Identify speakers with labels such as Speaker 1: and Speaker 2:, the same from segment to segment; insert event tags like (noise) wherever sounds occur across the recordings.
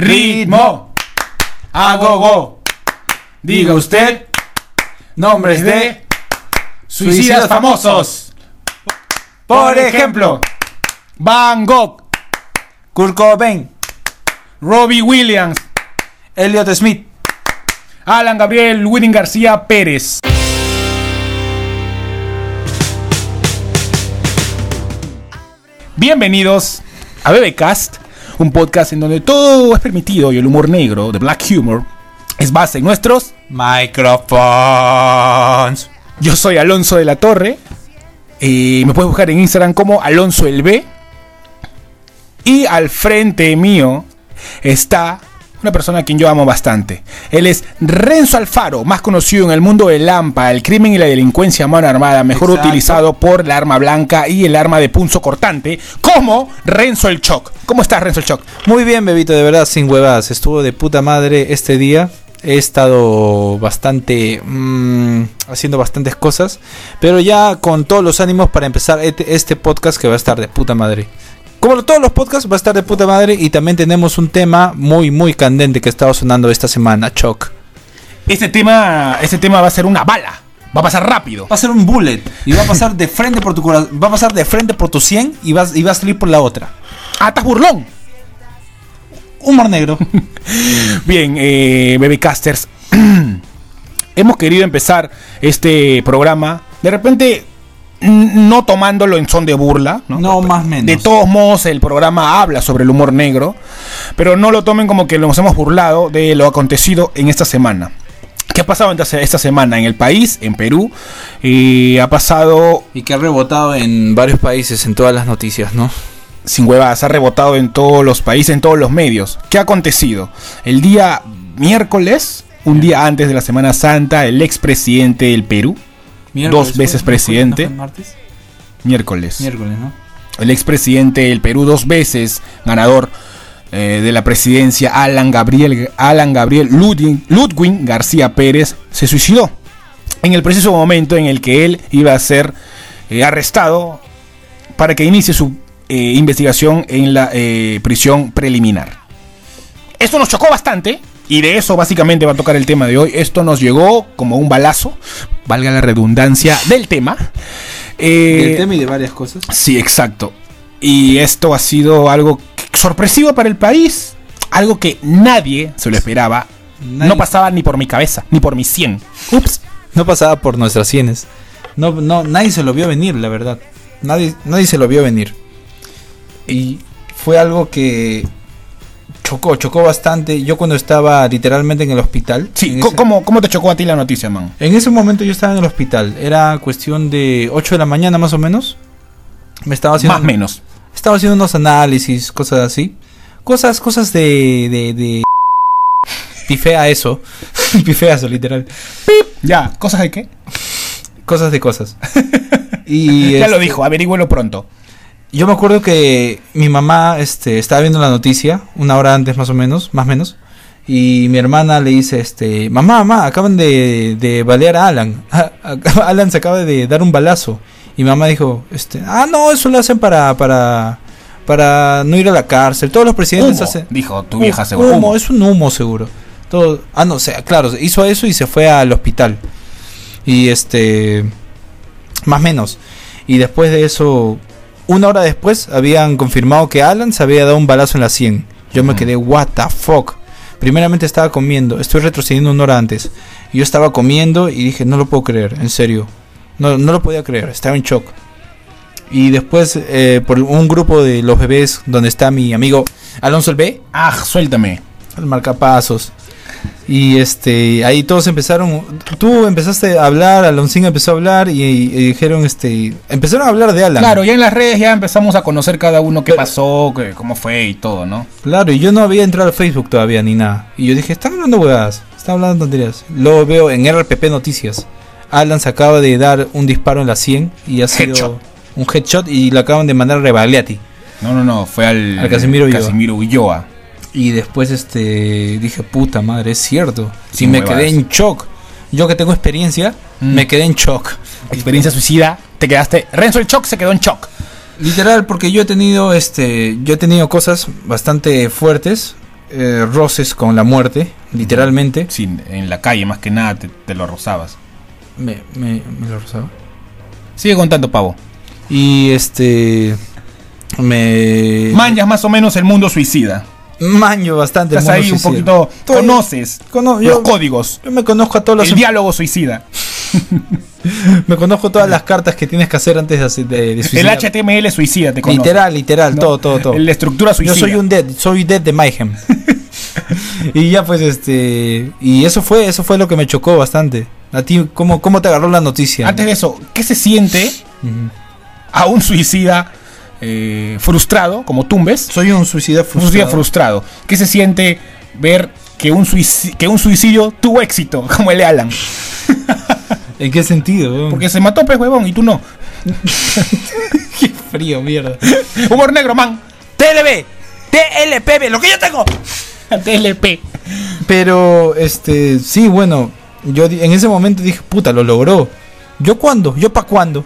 Speaker 1: Ritmo. A go go. Diga usted. Nombres de suicidas famosos. Por ejemplo, Van Gogh,
Speaker 2: Kurt Cobain,
Speaker 1: Robbie Williams,
Speaker 2: Elliot Smith.
Speaker 1: Alan Gabriel Winning García Pérez. Bienvenidos a Bebecast, un podcast en donde todo es permitido y el humor negro, de black humor, es base en nuestros.
Speaker 2: Microphones.
Speaker 1: Yo soy Alonso de la Torre. Y me puedes buscar en Instagram como Alonso el B. Y al frente mío está una persona a quien yo amo bastante. Él es Renzo Alfaro, más conocido en el mundo del AMPA, el crimen y la delincuencia a mano armada, mejor
Speaker 2: Exacto.
Speaker 1: utilizado por la arma blanca y el arma de punzo cortante, como Renzo el Choc. ¿Cómo estás, Renzo el Choc?
Speaker 2: Muy bien, bebito, de verdad, sin huevadas. Estuvo de puta madre este día. He estado bastante. mm, haciendo bastantes cosas. Pero ya con todos los ánimos para empezar este, este podcast que va a estar de puta madre. Como todos los podcasts, va a estar de puta madre. Y también tenemos un tema muy, muy candente que ha estado sonando esta semana, Choc.
Speaker 1: Este tema, este tema va a ser una bala. Va a pasar rápido.
Speaker 2: Va a ser un bullet. Y va a pasar de frente por tu corazón. Va a pasar de frente por tu 100 y va, y va a salir por la otra.
Speaker 1: ¡Atas burlón!
Speaker 2: Humor negro.
Speaker 1: Bien, eh, Bebecasters, (clears throat) hemos querido empezar este programa de repente n- no tomándolo en son de burla, ¿no?
Speaker 2: (laughs) No más menos.
Speaker 1: De todos modos, el programa habla sobre el humor negro, pero no lo tomen como que nos hemos burlado de lo acontecido en esta semana. ¿Qué ha pasado esta se- esta semana en el país, en Perú? Y ha pasado
Speaker 2: Y que ha rebotado en varios países, en todas las noticias, ¿no?
Speaker 1: sin huevadas, ha rebotado en todos los países, en todos los medios. ¿Qué ha acontecido? El día miércoles, un día antes de la Semana Santa, el expresidente del Perú, Dos veces presidente.
Speaker 2: Martes?
Speaker 1: miércoles,
Speaker 2: Miércoles, ¿no?
Speaker 1: el expresidente del Perú dos veces ganador eh, de la presidencia, Alan Gabriel, Alan Gabriel Ludwig, Ludwig García Pérez, se suicidó. En el preciso momento en el que él iba a ser eh, arrestado para que inicie su eh, investigación en la eh, prisión preliminar. Esto nos chocó bastante. Y de eso básicamente va a tocar el tema de hoy. Esto nos llegó como un balazo, valga la redundancia, del tema. Eh,
Speaker 2: Del tema y de varias cosas.
Speaker 1: Sí, exacto. Y esto ha sido algo sorpresivo para el país. Algo que nadie se lo esperaba.
Speaker 2: Nadie-
Speaker 1: No pasaba ni por mi cabeza, ni por mi 100. Ups.
Speaker 2: No pasaba por nuestras sienes. No, no, nadie se lo vio venir, la verdad. Nadie, nadie se lo vio venir. Y fue algo que chocó, chocó bastante. Yo cuando estaba literalmente en el hospital.
Speaker 1: Sí,
Speaker 2: en
Speaker 1: co-
Speaker 2: ese-
Speaker 1: ¿cómo, ¿cómo te chocó a ti la noticia, man?
Speaker 2: En ese momento yo estaba en el hospital. Era cuestión de 8 de la mañana más o menos. Me estaba haciendo.
Speaker 1: Más o menos.
Speaker 2: Estaba haciendo unos análisis, cosas así. Cosas, cosas de. de. de. (laughs) Pifea eso. (laughs) Pifea eso, literal.
Speaker 1: Ya, ¿cosas de qué?
Speaker 2: Cosas de cosas. (laughs) y
Speaker 1: ya lo
Speaker 2: este,
Speaker 1: dijo, averígüelo pronto.
Speaker 2: Yo me acuerdo que mi mamá este, estaba viendo la noticia, una hora antes más o menos, más o menos. Y mi hermana le dice, este, mamá, mamá, acaban de, de balear a Alan. (laughs) Alan se acaba de dar un balazo. Y mi mamá dijo, este, ah, no, eso lo hacen para, para, para no ir a la cárcel. Todos los presidentes
Speaker 1: Humo,
Speaker 2: hacen...
Speaker 1: dijo tu vieja
Speaker 2: Humo,
Speaker 1: seguro.
Speaker 2: humo, es un humo seguro. Todo, ah, no, o sea, claro, hizo eso y se fue al hospital. Y este. Más menos. Y después de eso, una hora después, habían confirmado que Alan se había dado un balazo en la 100. Yo me
Speaker 1: Ujú.
Speaker 2: quedé, what the fuck. Primeramente estaba comiendo, estoy retrocediendo una hora antes. Y Yo estaba comiendo y dije, no lo puedo creer, en serio. No, no lo podía creer, estaba en shock. Y después, eh, por un grupo de los bebés donde está mi amigo Alonso el B,
Speaker 1: Ah, suéltame.
Speaker 2: el marcapasos. Y este, ahí todos empezaron. Tú empezaste a hablar, Alonsín empezó a hablar y, y dijeron, este, empezaron a hablar de Alan.
Speaker 1: Claro, ya en las redes ya empezamos a conocer cada uno qué
Speaker 2: Pero-
Speaker 1: pasó, qué- cómo fue y todo, ¿no?
Speaker 2: Claro, y yo no había entrado a Facebook todavía ni nada. Y yo dije, están hablando huevadas, están hablando tonterías. Luego veo en RPP Noticias, Alan se acaba de dar un disparo en la 100 y ha sido
Speaker 1: Headshot.
Speaker 2: un headshot y lo acaban de mandar a Rebagliati.
Speaker 1: No, no, no, fue al,
Speaker 2: Al Casimiro Ulloa.
Speaker 1: Casimiro Ulloa.
Speaker 2: Y después este dije, puta madre, es cierto.
Speaker 1: Sí,
Speaker 2: Y me
Speaker 1: huevadas.
Speaker 2: quedé en shock. Yo que tengo experiencia,
Speaker 1: Mm.
Speaker 2: me quedé en shock.
Speaker 1: Experiencia suicida, te quedaste. Renzo el Choc se quedó en shock.
Speaker 2: Literal, porque yo he tenido este, yo he tenido cosas bastante fuertes eh, roces con la muerte, literalmente.
Speaker 1: Sí, en la calle más que nada te, te lo rozabas.
Speaker 2: Me, me- me lo rozaba.
Speaker 1: Sigue contando, pavo.
Speaker 2: Y este. Me.
Speaker 1: Manjas más o menos el mundo suicida.
Speaker 2: maño bastante. el
Speaker 1: Estás
Speaker 2: mundo
Speaker 1: ahí un
Speaker 2: suicida.
Speaker 1: poquito.
Speaker 2: Todo-
Speaker 1: Conoces
Speaker 2: Cono-
Speaker 1: los
Speaker 2: yo,
Speaker 1: códigos.
Speaker 2: yo me conozco a todos los. em-
Speaker 1: El diálogo suicida.
Speaker 2: Me conozco todas las cartas que tienes que hacer antes de, hacer- de, de
Speaker 1: El
Speaker 2: suicidar.
Speaker 1: HTML suicida te conoce.
Speaker 2: Literal, literal,
Speaker 1: ¿no?
Speaker 2: todo, todo, todo.
Speaker 1: La estructura
Speaker 2: Yo
Speaker 1: suicida.
Speaker 2: soy un dead, soy dead de (laughs) Mayhem. y ya pues este. Y eso fue, eso fue lo que me chocó bastante. A ti, ¿cómo, cómo te agarró la noticia?
Speaker 1: Antes de eso, ¿qué se siente
Speaker 2: Ujú.
Speaker 1: a un suicida eh, frustrado, como Tumbes?
Speaker 2: Soy un suicida
Speaker 1: Un suicida
Speaker 2: frustrado.
Speaker 1: frustrado. ¿Qué se siente ver que un, suici- que un suicidio tuvo éxito, (laughs) como el de Alan?
Speaker 2: ¿En qué sentido? weón?
Speaker 1: Porque se mató, pues, huevón, y tú no.
Speaker 2: qué frío, mierda.
Speaker 1: Humor negro, man.
Speaker 2: TLB, TLPB, lo que yo (laughs) tengo.
Speaker 1: TLP.
Speaker 2: (laughs) Pero, este, sí, bueno, yo di- en ese momento dije, puta, lo logró. ¿Yo cuándo? ¿Yo pa' (laughs) cuándo?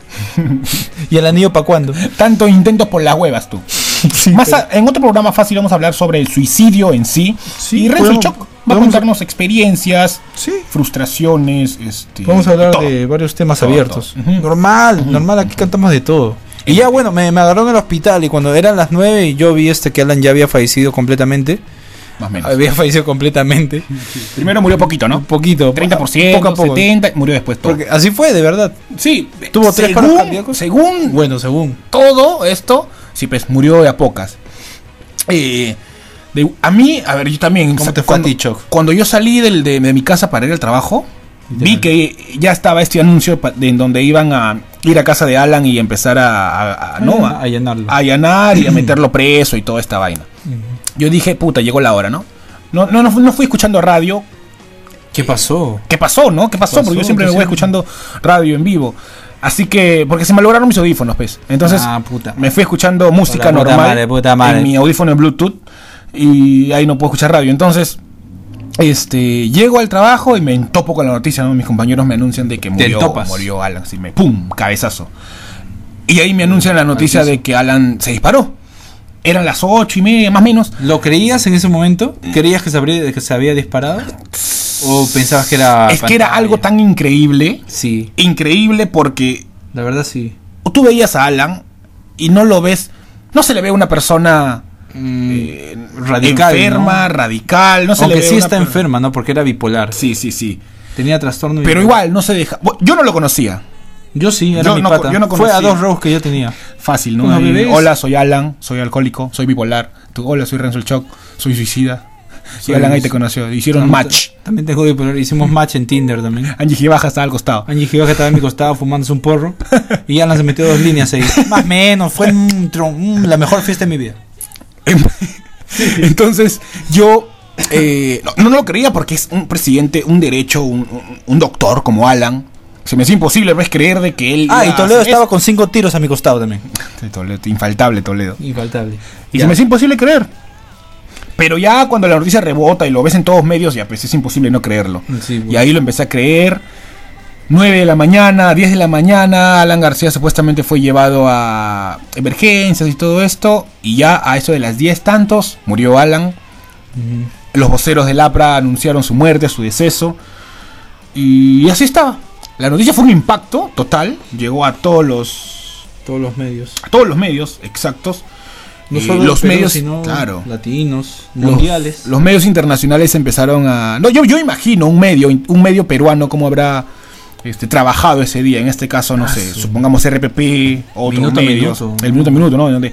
Speaker 2: ¿Y el anillo pa' cuándo?
Speaker 1: Tantos intentos por las huevas, tú. Más a- en otro programa fácil vamos a hablar sobre el suicidio en sí.
Speaker 2: Sí,
Speaker 1: y Renzo
Speaker 2: podemos-
Speaker 1: Choc va a
Speaker 2: podemos-
Speaker 1: contarnos experiencias,
Speaker 2: Sí.
Speaker 1: frustraciones, este.
Speaker 2: Vamos a hablar
Speaker 1: todo.
Speaker 2: de varios temas
Speaker 1: Todo,
Speaker 2: abiertos.
Speaker 1: todo. Ujú.
Speaker 2: Normal, normal, aquí cantamos de todo. Y ya bueno, me, me agarró en el hospital y cuando eran las 9 y yo vi este que Alan ya había fallecido completamente.
Speaker 1: Más o menos.
Speaker 2: Había fallecido completamente.
Speaker 1: Primero murió poquito,
Speaker 2: Un
Speaker 1: ¿no?
Speaker 2: poquito.
Speaker 1: 30%,
Speaker 2: poco a poco.
Speaker 1: 70%, y murió después todo.
Speaker 2: Porque así fue, de verdad.
Speaker 1: sí,
Speaker 2: tuvo tres
Speaker 1: según,
Speaker 2: paros cardíacos.
Speaker 1: Según
Speaker 2: Bueno, según.
Speaker 1: todo esto, sí, pues murió de a pocas. Eh, de- a mí, a ver, yo también.
Speaker 2: ¿Cómo te fue
Speaker 1: cuando,
Speaker 2: a ti, Choc?
Speaker 1: cuando yo salí del- de, de mi casa para ir al trabajo, vi que ya estaba este anuncio pa- de- en donde iban a ir a casa de Alan y empezar a,
Speaker 2: Ah,
Speaker 1: a- a- no, a-
Speaker 2: allanarlo.
Speaker 1: a allanar
Speaker 2: (clears throat)
Speaker 1: y a meterlo preso y toda esta vaina. Yo dije, puta, llegó la hora, ¿no? No, no, no, fu- no fui escuchando radio.
Speaker 2: ¿Qué pasó?
Speaker 1: ¿Qué pasó, no? ¿Qué pasó?
Speaker 2: Pasó,
Speaker 1: porque yo siempre me voy
Speaker 2: entonces-
Speaker 1: escuchando radio en vivo. Así que, porque se me lograron mis audífonos, pues. Entonces,
Speaker 2: Ah, puta madre.
Speaker 1: me fui escuchando música
Speaker 2: Hola, puta
Speaker 1: normal
Speaker 2: madre, puta madre.
Speaker 1: en mi audífono en Bluetooth y ahí no puedo escuchar radio. Entonces, este, llego al trabajo y me entopo con la noticia, ¿no? Mis compañeros me anuncian de que murió,
Speaker 2: entopas.
Speaker 1: murió Alan, así me pum, cabezazo. Y ahí me anuncian la noticia de que Alan se disparó. Eran las ocho y media, más o menos.
Speaker 2: ¿Lo creías en ese momento? ¿Creías que se, habría- que se había disparado? ¿O pensabas que era...
Speaker 1: es que era
Speaker 2: pantalla?
Speaker 1: algo tan increíble,
Speaker 2: Sí,
Speaker 1: increíble porque
Speaker 2: la verdad sí.
Speaker 1: tú veías a Alan y no lo ves, no se le ve una persona eh,
Speaker 2: Mm, radical,
Speaker 1: enferma,
Speaker 2: ¿no?
Speaker 1: radical, no se
Speaker 2: Aunque
Speaker 1: le ve
Speaker 2: sí
Speaker 1: una
Speaker 2: está
Speaker 1: per-
Speaker 2: enferma, ¿no? Porque era bipolar.
Speaker 1: Sí, sí, sí.
Speaker 2: Tenía trastorno
Speaker 1: Pero
Speaker 2: bipolar.
Speaker 1: igual no se deja. Bueno, Yo no lo conocía.
Speaker 2: Yo sí, era
Speaker 1: Yo
Speaker 2: mi
Speaker 1: no co-
Speaker 2: pata.
Speaker 1: yo no
Speaker 2: Fue a
Speaker 1: conocía.
Speaker 2: dos rows que yo tenía.
Speaker 1: Fácil, ¿no?
Speaker 2: Unos
Speaker 1: Ahí,
Speaker 2: bebés.
Speaker 1: hola, soy Alan, soy alcohólico, soy bipolar. Tú, hola, soy Renzo el Choc, soy suicida.
Speaker 2: Soy-
Speaker 1: y Alan ahí te conoció. Hicieron
Speaker 2: También-
Speaker 1: match.
Speaker 2: También tengo bipolar. Hicimos match en Tinder también.
Speaker 1: Angie Gibaja estaba al costado.
Speaker 2: Angie Gibaja estaba a mi costado fumándose un porro. Y Alan se metió dos líneas
Speaker 1: (laughs)
Speaker 2: ahí. Más o menos. Fue un tron- un- la mejor fiesta de mi vida.
Speaker 1: Entonces, yo eh, no, no lo creía porque es un presidente, un derecho, un, un- un doctor como Alan. Se me hacía imposible pues, creer de que él.
Speaker 2: Ah,
Speaker 1: iba
Speaker 2: y
Speaker 1: a
Speaker 2: Toledo
Speaker 1: hacer
Speaker 2: estaba con cinco tiros a mi costado también.
Speaker 1: Sí, Toledo, infaltable Toledo.
Speaker 2: Infaltable.
Speaker 1: Y
Speaker 2: Ya.
Speaker 1: se me es imposible creer. Pero ya cuando la noticia rebota y lo ves en todos medios, ya pues es imposible no creerlo.
Speaker 2: Sí, bueno.
Speaker 1: Y ahí lo empecé a creer. 9 de la mañana, 10 de la mañana, Alan García supuestamente fue llevado a emergencias y todo esto. Y ya a eso de las 10 tantos murió Alan.
Speaker 2: Ujú.
Speaker 1: Los voceros del APRA anunciaron su muerte, su deceso. Y así estaba. La noticia fue un impacto total. Llegó a todos los
Speaker 2: Todos los medios.
Speaker 1: a todos los medios exactos.
Speaker 2: No
Speaker 1: Eh,
Speaker 2: solo
Speaker 1: los
Speaker 2: Perú,
Speaker 1: medios,
Speaker 2: sino
Speaker 1: claro.
Speaker 2: latinos,
Speaker 1: Los-
Speaker 2: mundiales.
Speaker 1: Los, medios internacionales empezaron a. No, yo, yo imagino un medio, un medio peruano, cómo habrá este, trabajado ese día. En este caso, no
Speaker 2: Ah,
Speaker 1: sé,
Speaker 2: sí.
Speaker 1: supongamos RPP, otro
Speaker 2: Minuto a
Speaker 1: medio.
Speaker 2: minuto.
Speaker 1: El minuto a minuto, ¿no? Donde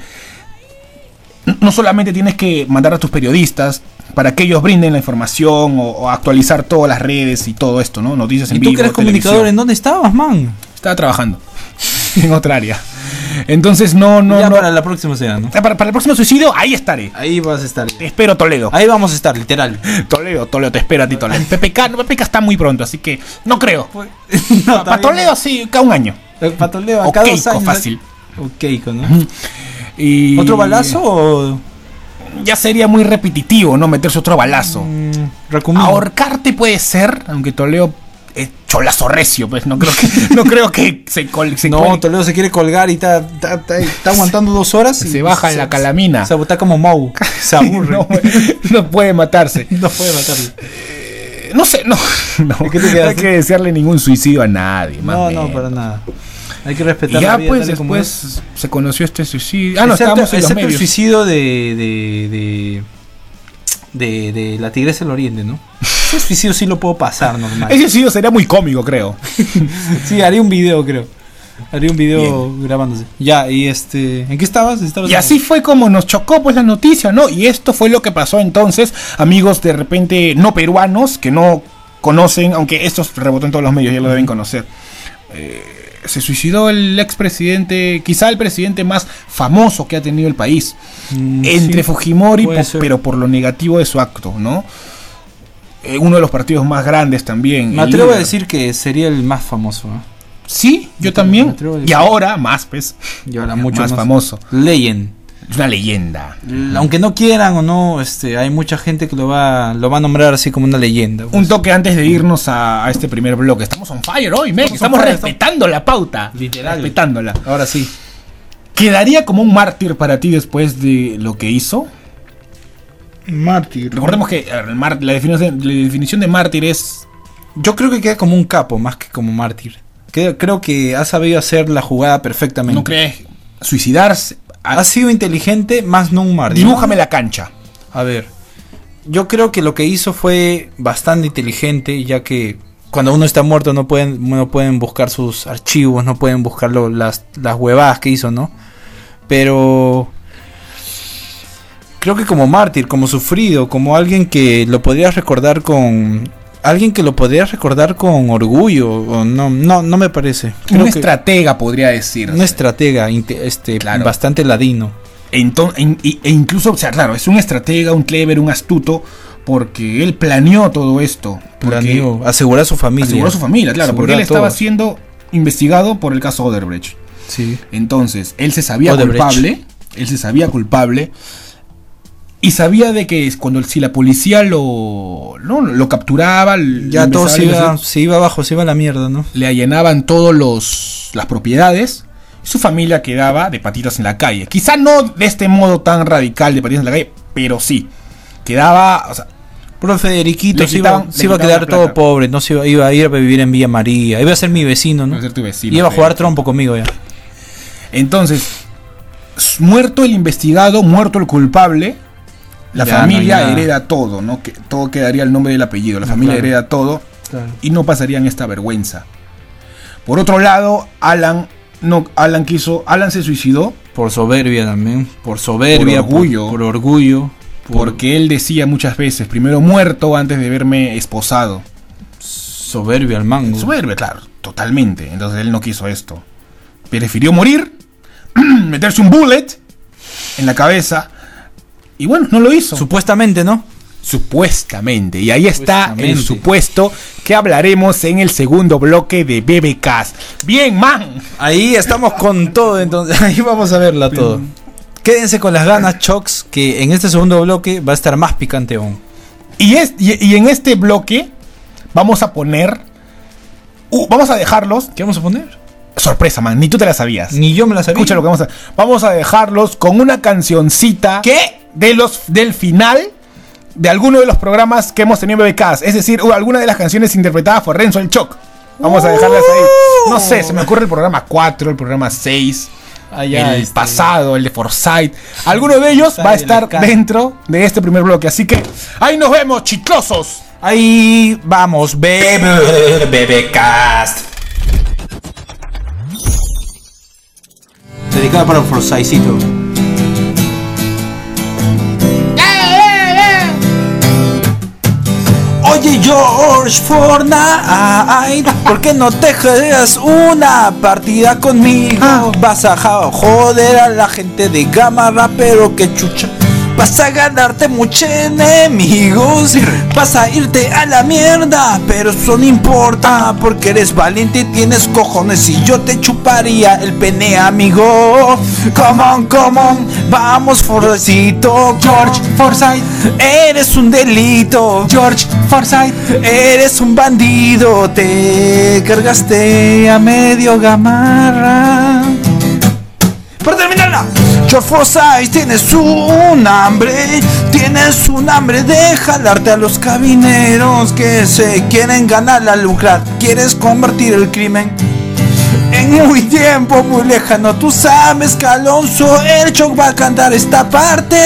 Speaker 1: no solamente tienes que mandar a tus periodistas para que ellos brinden la información o, o actualizar todas las redes y todo esto, ¿no? Noticias en
Speaker 2: ¿Y
Speaker 1: vivo.
Speaker 2: tú que eres comunicador?
Speaker 1: televisión.
Speaker 2: ¿En dónde estabas, man?
Speaker 1: Estaba trabajando (laughs) en otra área. Entonces, no, no.
Speaker 2: ya
Speaker 1: no- Ah,
Speaker 2: para la próxima será, ¿no?
Speaker 1: para, para el próximo suicidio, ahí estaré.
Speaker 2: Ahí vas a estar.
Speaker 1: Te espero, Toledo.
Speaker 2: Ahí vamos a estar, literal.
Speaker 1: Toledo, Toledo, te espero a ti, Toledo. PPK, no, PPK está muy pronto, así que no creo.
Speaker 2: (laughs) no,
Speaker 1: Para Toledo sí, cada un año.
Speaker 2: Eh, Patoleo,
Speaker 1: O
Speaker 2: acá dos
Speaker 1: Keiko,
Speaker 2: años.
Speaker 1: fácil.
Speaker 2: O Keiko, ¿no?
Speaker 1: Y-
Speaker 2: ¿Otro balazo o.?
Speaker 1: Ya sería muy repetitivo, ¿no? Meterse otro balazo.
Speaker 2: mm, Racumino?
Speaker 1: Ahorcarte puede ser, aunque Toledo eh, cholazo recio, pues no creo
Speaker 2: (laughs)
Speaker 1: que, no creo que se, col, se
Speaker 2: No,
Speaker 1: cuel-
Speaker 2: Toledo se quiere colgar y está, está- está- está aguantando dos horas. y
Speaker 1: se baja en la calamina.
Speaker 2: O sea, está como (laughs) Mau. Se
Speaker 1: (laughs)
Speaker 2: aburre.
Speaker 1: no, no puede matarse.
Speaker 2: No puede matarlo.
Speaker 1: Eh, No sé, no, (laughs) no,
Speaker 2: ¿Y qué te
Speaker 1: no
Speaker 2: quedas?
Speaker 1: hay que desearle ningún suicidio a nadie. más
Speaker 2: No,
Speaker 1: bien.
Speaker 2: no, para nada. Hay que respetar
Speaker 1: Y
Speaker 2: la
Speaker 1: ya
Speaker 2: vida
Speaker 1: pues
Speaker 2: tal y como es.
Speaker 1: después se conoció este suicidio. Ah, no,
Speaker 2: excepto,
Speaker 1: estábamos en los
Speaker 2: excepto el
Speaker 1: medios.
Speaker 2: suicidio de de, de, de de la tigresa del oriente, (laughs) ¿no? Ese suicidio sí lo puedo pasar normal.
Speaker 1: Ese suicidio sería muy cómico, creo.
Speaker 2: (laughs) Sí, haré un video, creo. Haré un video grabándose. Ya, y este. ¿En qué estabas? Estabas
Speaker 1: Y así fue como nos chocó pues la noticia, ¿no? Y esto fue lo que pasó entonces, amigos de repente no peruanos que no conocen, aunque estos rebotó en todos los medios, ya lo deben conocer. Eh, se suicidó el expresidente, quizá el presidente más famoso que ha tenido el país,
Speaker 2: Mm,
Speaker 1: entre
Speaker 2: sí.
Speaker 1: Fujimori,
Speaker 2: puede
Speaker 1: po-
Speaker 2: ser.
Speaker 1: pero por lo negativo de su acto, ¿no? Eh, uno de los partidos más grandes también.
Speaker 2: Me
Speaker 1: el
Speaker 2: atrevo a
Speaker 1: líder.
Speaker 2: decir que sería el más famoso. ¿eh?
Speaker 1: Sí, yo
Speaker 2: Me atrevo- me
Speaker 1: también.
Speaker 2: atrevo a
Speaker 1: Y
Speaker 2: decir.
Speaker 1: ahora más, pues,
Speaker 2: Y ahora mucho
Speaker 1: más
Speaker 2: más,
Speaker 1: famoso.
Speaker 2: Legend.
Speaker 1: Es una leyenda.
Speaker 2: Aunque no quieran o no, este, hay mucha gente que lo va, lo va a nombrar así como una leyenda. pues.
Speaker 1: Un toque antes de irnos a, a este primer bloque. Estamos on fire hoy, men.
Speaker 2: Estamos on
Speaker 1: Estamos
Speaker 2: fire,
Speaker 1: respetando la pauta.
Speaker 2: Literal.
Speaker 1: Respetándola.
Speaker 2: Ahora sí.
Speaker 1: ¿Quedaría como un mártir para ti después de lo que hizo?
Speaker 2: Mártir.
Speaker 1: Recordemos que a ver, el mar- la, definición, la definición de mártir es.
Speaker 2: Yo creo que queda como un capo más que como mártir. Que- creo que ha sabido hacer la jugada perfectamente.
Speaker 1: ¿No crees? Suicidarse.
Speaker 2: Ha sido inteligente, más no un mártir.
Speaker 1: Dibújame la cancha.
Speaker 2: A ver, yo creo que lo que hizo fue bastante inteligente, ya que cuando uno está muerto no pueden, no pueden buscar sus archivos, no pueden buscar lo- las, las huevadas que hizo, ¿no? Pero creo que como mártir, como sufrido, como alguien que lo podrías recordar con... Alguien que lo podrías recordar con orgullo, o no, no, no me parece.
Speaker 1: un
Speaker 2: Creo que
Speaker 1: estratega podría decir.
Speaker 2: un estratega inte- este,
Speaker 1: Claro.
Speaker 2: bastante ladino.
Speaker 1: Enton- en- y- e incluso, o sea, claro, es un estratega, un clever, un astuto, porque él planeó todo esto. Porque
Speaker 2: planeó asegurar a su familia.
Speaker 1: Aseguró a su familia, claro, porque
Speaker 2: Aseguró
Speaker 1: él
Speaker 2: a
Speaker 1: estaba
Speaker 2: todos.
Speaker 1: siendo investigado por el caso Oderbrecht.
Speaker 2: Sí.
Speaker 1: Entonces, él se sabía
Speaker 2: Odebrecht.
Speaker 1: culpable, él se sabía culpable y sabía de que es cuando si la policía lo no, lo capturaba,
Speaker 2: Ya
Speaker 1: lo
Speaker 2: todo
Speaker 1: empezaba a
Speaker 2: se iba,
Speaker 1: investigar,
Speaker 2: se iba abajo, se iba a la mierda, ¿no?
Speaker 1: le allanaban todos los las propiedades, su familia quedaba de patitas en la calle. Quizá no de este modo tan radical de patitas en la calle, pero sí quedaba, o sea,
Speaker 2: Pero Federiquito
Speaker 1: Le
Speaker 2: se iba,
Speaker 1: quitaban-
Speaker 2: se
Speaker 1: le
Speaker 2: iba a
Speaker 1: quitaban
Speaker 2: quedar
Speaker 1: la
Speaker 2: todo
Speaker 1: plata.
Speaker 2: pobre, no se iba, iba a ir a vivir en Villa María, iba a ser mi vecino, ¿no?
Speaker 1: iba a ser tu vecino,
Speaker 2: iba a
Speaker 1: sí.
Speaker 2: jugar trompo conmigo ya.
Speaker 1: Entonces, s- muerto el investigado, muerto el culpable, la
Speaker 2: Ya,
Speaker 1: familia
Speaker 2: no, ya.
Speaker 1: hereda todo, ¿no? Que todo quedaría el nombre del apellido, la
Speaker 2: Ah,
Speaker 1: familia
Speaker 2: claro.
Speaker 1: hereda todo y no pasarían esta vergüenza. Por otro lado, Alan no Alan quiso, Alan se suicidó
Speaker 2: Por soberbia también, por soberbia,
Speaker 1: Por orgullo.
Speaker 2: por, por orgullo, por
Speaker 1: porque él decía muchas veces, primero muerto antes de verme esposado.
Speaker 2: soberbia al mango.
Speaker 1: Soberbia, claro, totalmente. Entonces él no quiso esto. Prefirió morir, (clears throat) meterse un bullet en la cabeza y bueno, no lo hizo.
Speaker 2: Supuestamente, ¿no?
Speaker 1: Supuestamente. Y ahí está el
Speaker 2: Supuestamente.
Speaker 1: supuesto que hablaremos en el segundo bloque de BBKs. Bien, man.
Speaker 2: Ahí estamos con todo, entonces (laughs) ahí vamos a verla todo. Quédense con las ganas, Chocs, que en este segundo bloque va a estar más picante aún.
Speaker 1: Y, es, y, y en este bloque vamos a poner... uh, vamos a dejarlos...
Speaker 2: ¿Qué vamos a poner?
Speaker 1: Sorpresa, man. Ni tú te la sabías.
Speaker 2: Ni yo me la sabía.
Speaker 1: Escucha lo que vamos a... Vamos a dejarlos con una cancioncita...
Speaker 2: ¿Qué?
Speaker 1: De los, del final de alguno de los programas que hemos tenido en BBKs. Es decir, uh, alguna de las canciones interpretadas por Renzo el Choc. Vamos a dejarlas ahí. No sé, se me ocurre el programa 4, el programa 6.
Speaker 2: Allá,
Speaker 1: el
Speaker 2: este,
Speaker 1: pasado, el de Forsyth. Alguno de ellos va a
Speaker 2: Forsyth, el
Speaker 1: estar
Speaker 2: Alcázar.
Speaker 1: dentro de este primer bloque. Así que ahí nos vemos, chiclosos.
Speaker 2: Ahí vamos, bebe, (laughs) bebecast. Dedicado para Forsythito. Oye George Fortnite, ¿por qué no te juegas una partida Ah. conmigo? Vas a ja- joder a la gente de Gamarra, pero que chucha. Vas a ganarte muchos enemigos. Vas a irte a la mierda. Pero eso no importa. Porque eres valiente y tienes cojones. Y yo te chuparía el pene, amigo. Come on, come on. Vamos, Forsythito. George Forsyth. Eres un delito. George Forsyth. Eres un bandido. Te cargaste a medio gamarra. ¡Para terminarla! George Forsyth, tienes un hambre, tienes un hambre de jalarte a los cabineros que se quieren ganar la lucra. Quieres convertir el crimen en muy tiempo, muy lejano. Tú sabes que Alonso Elchok va a cantar esta parte.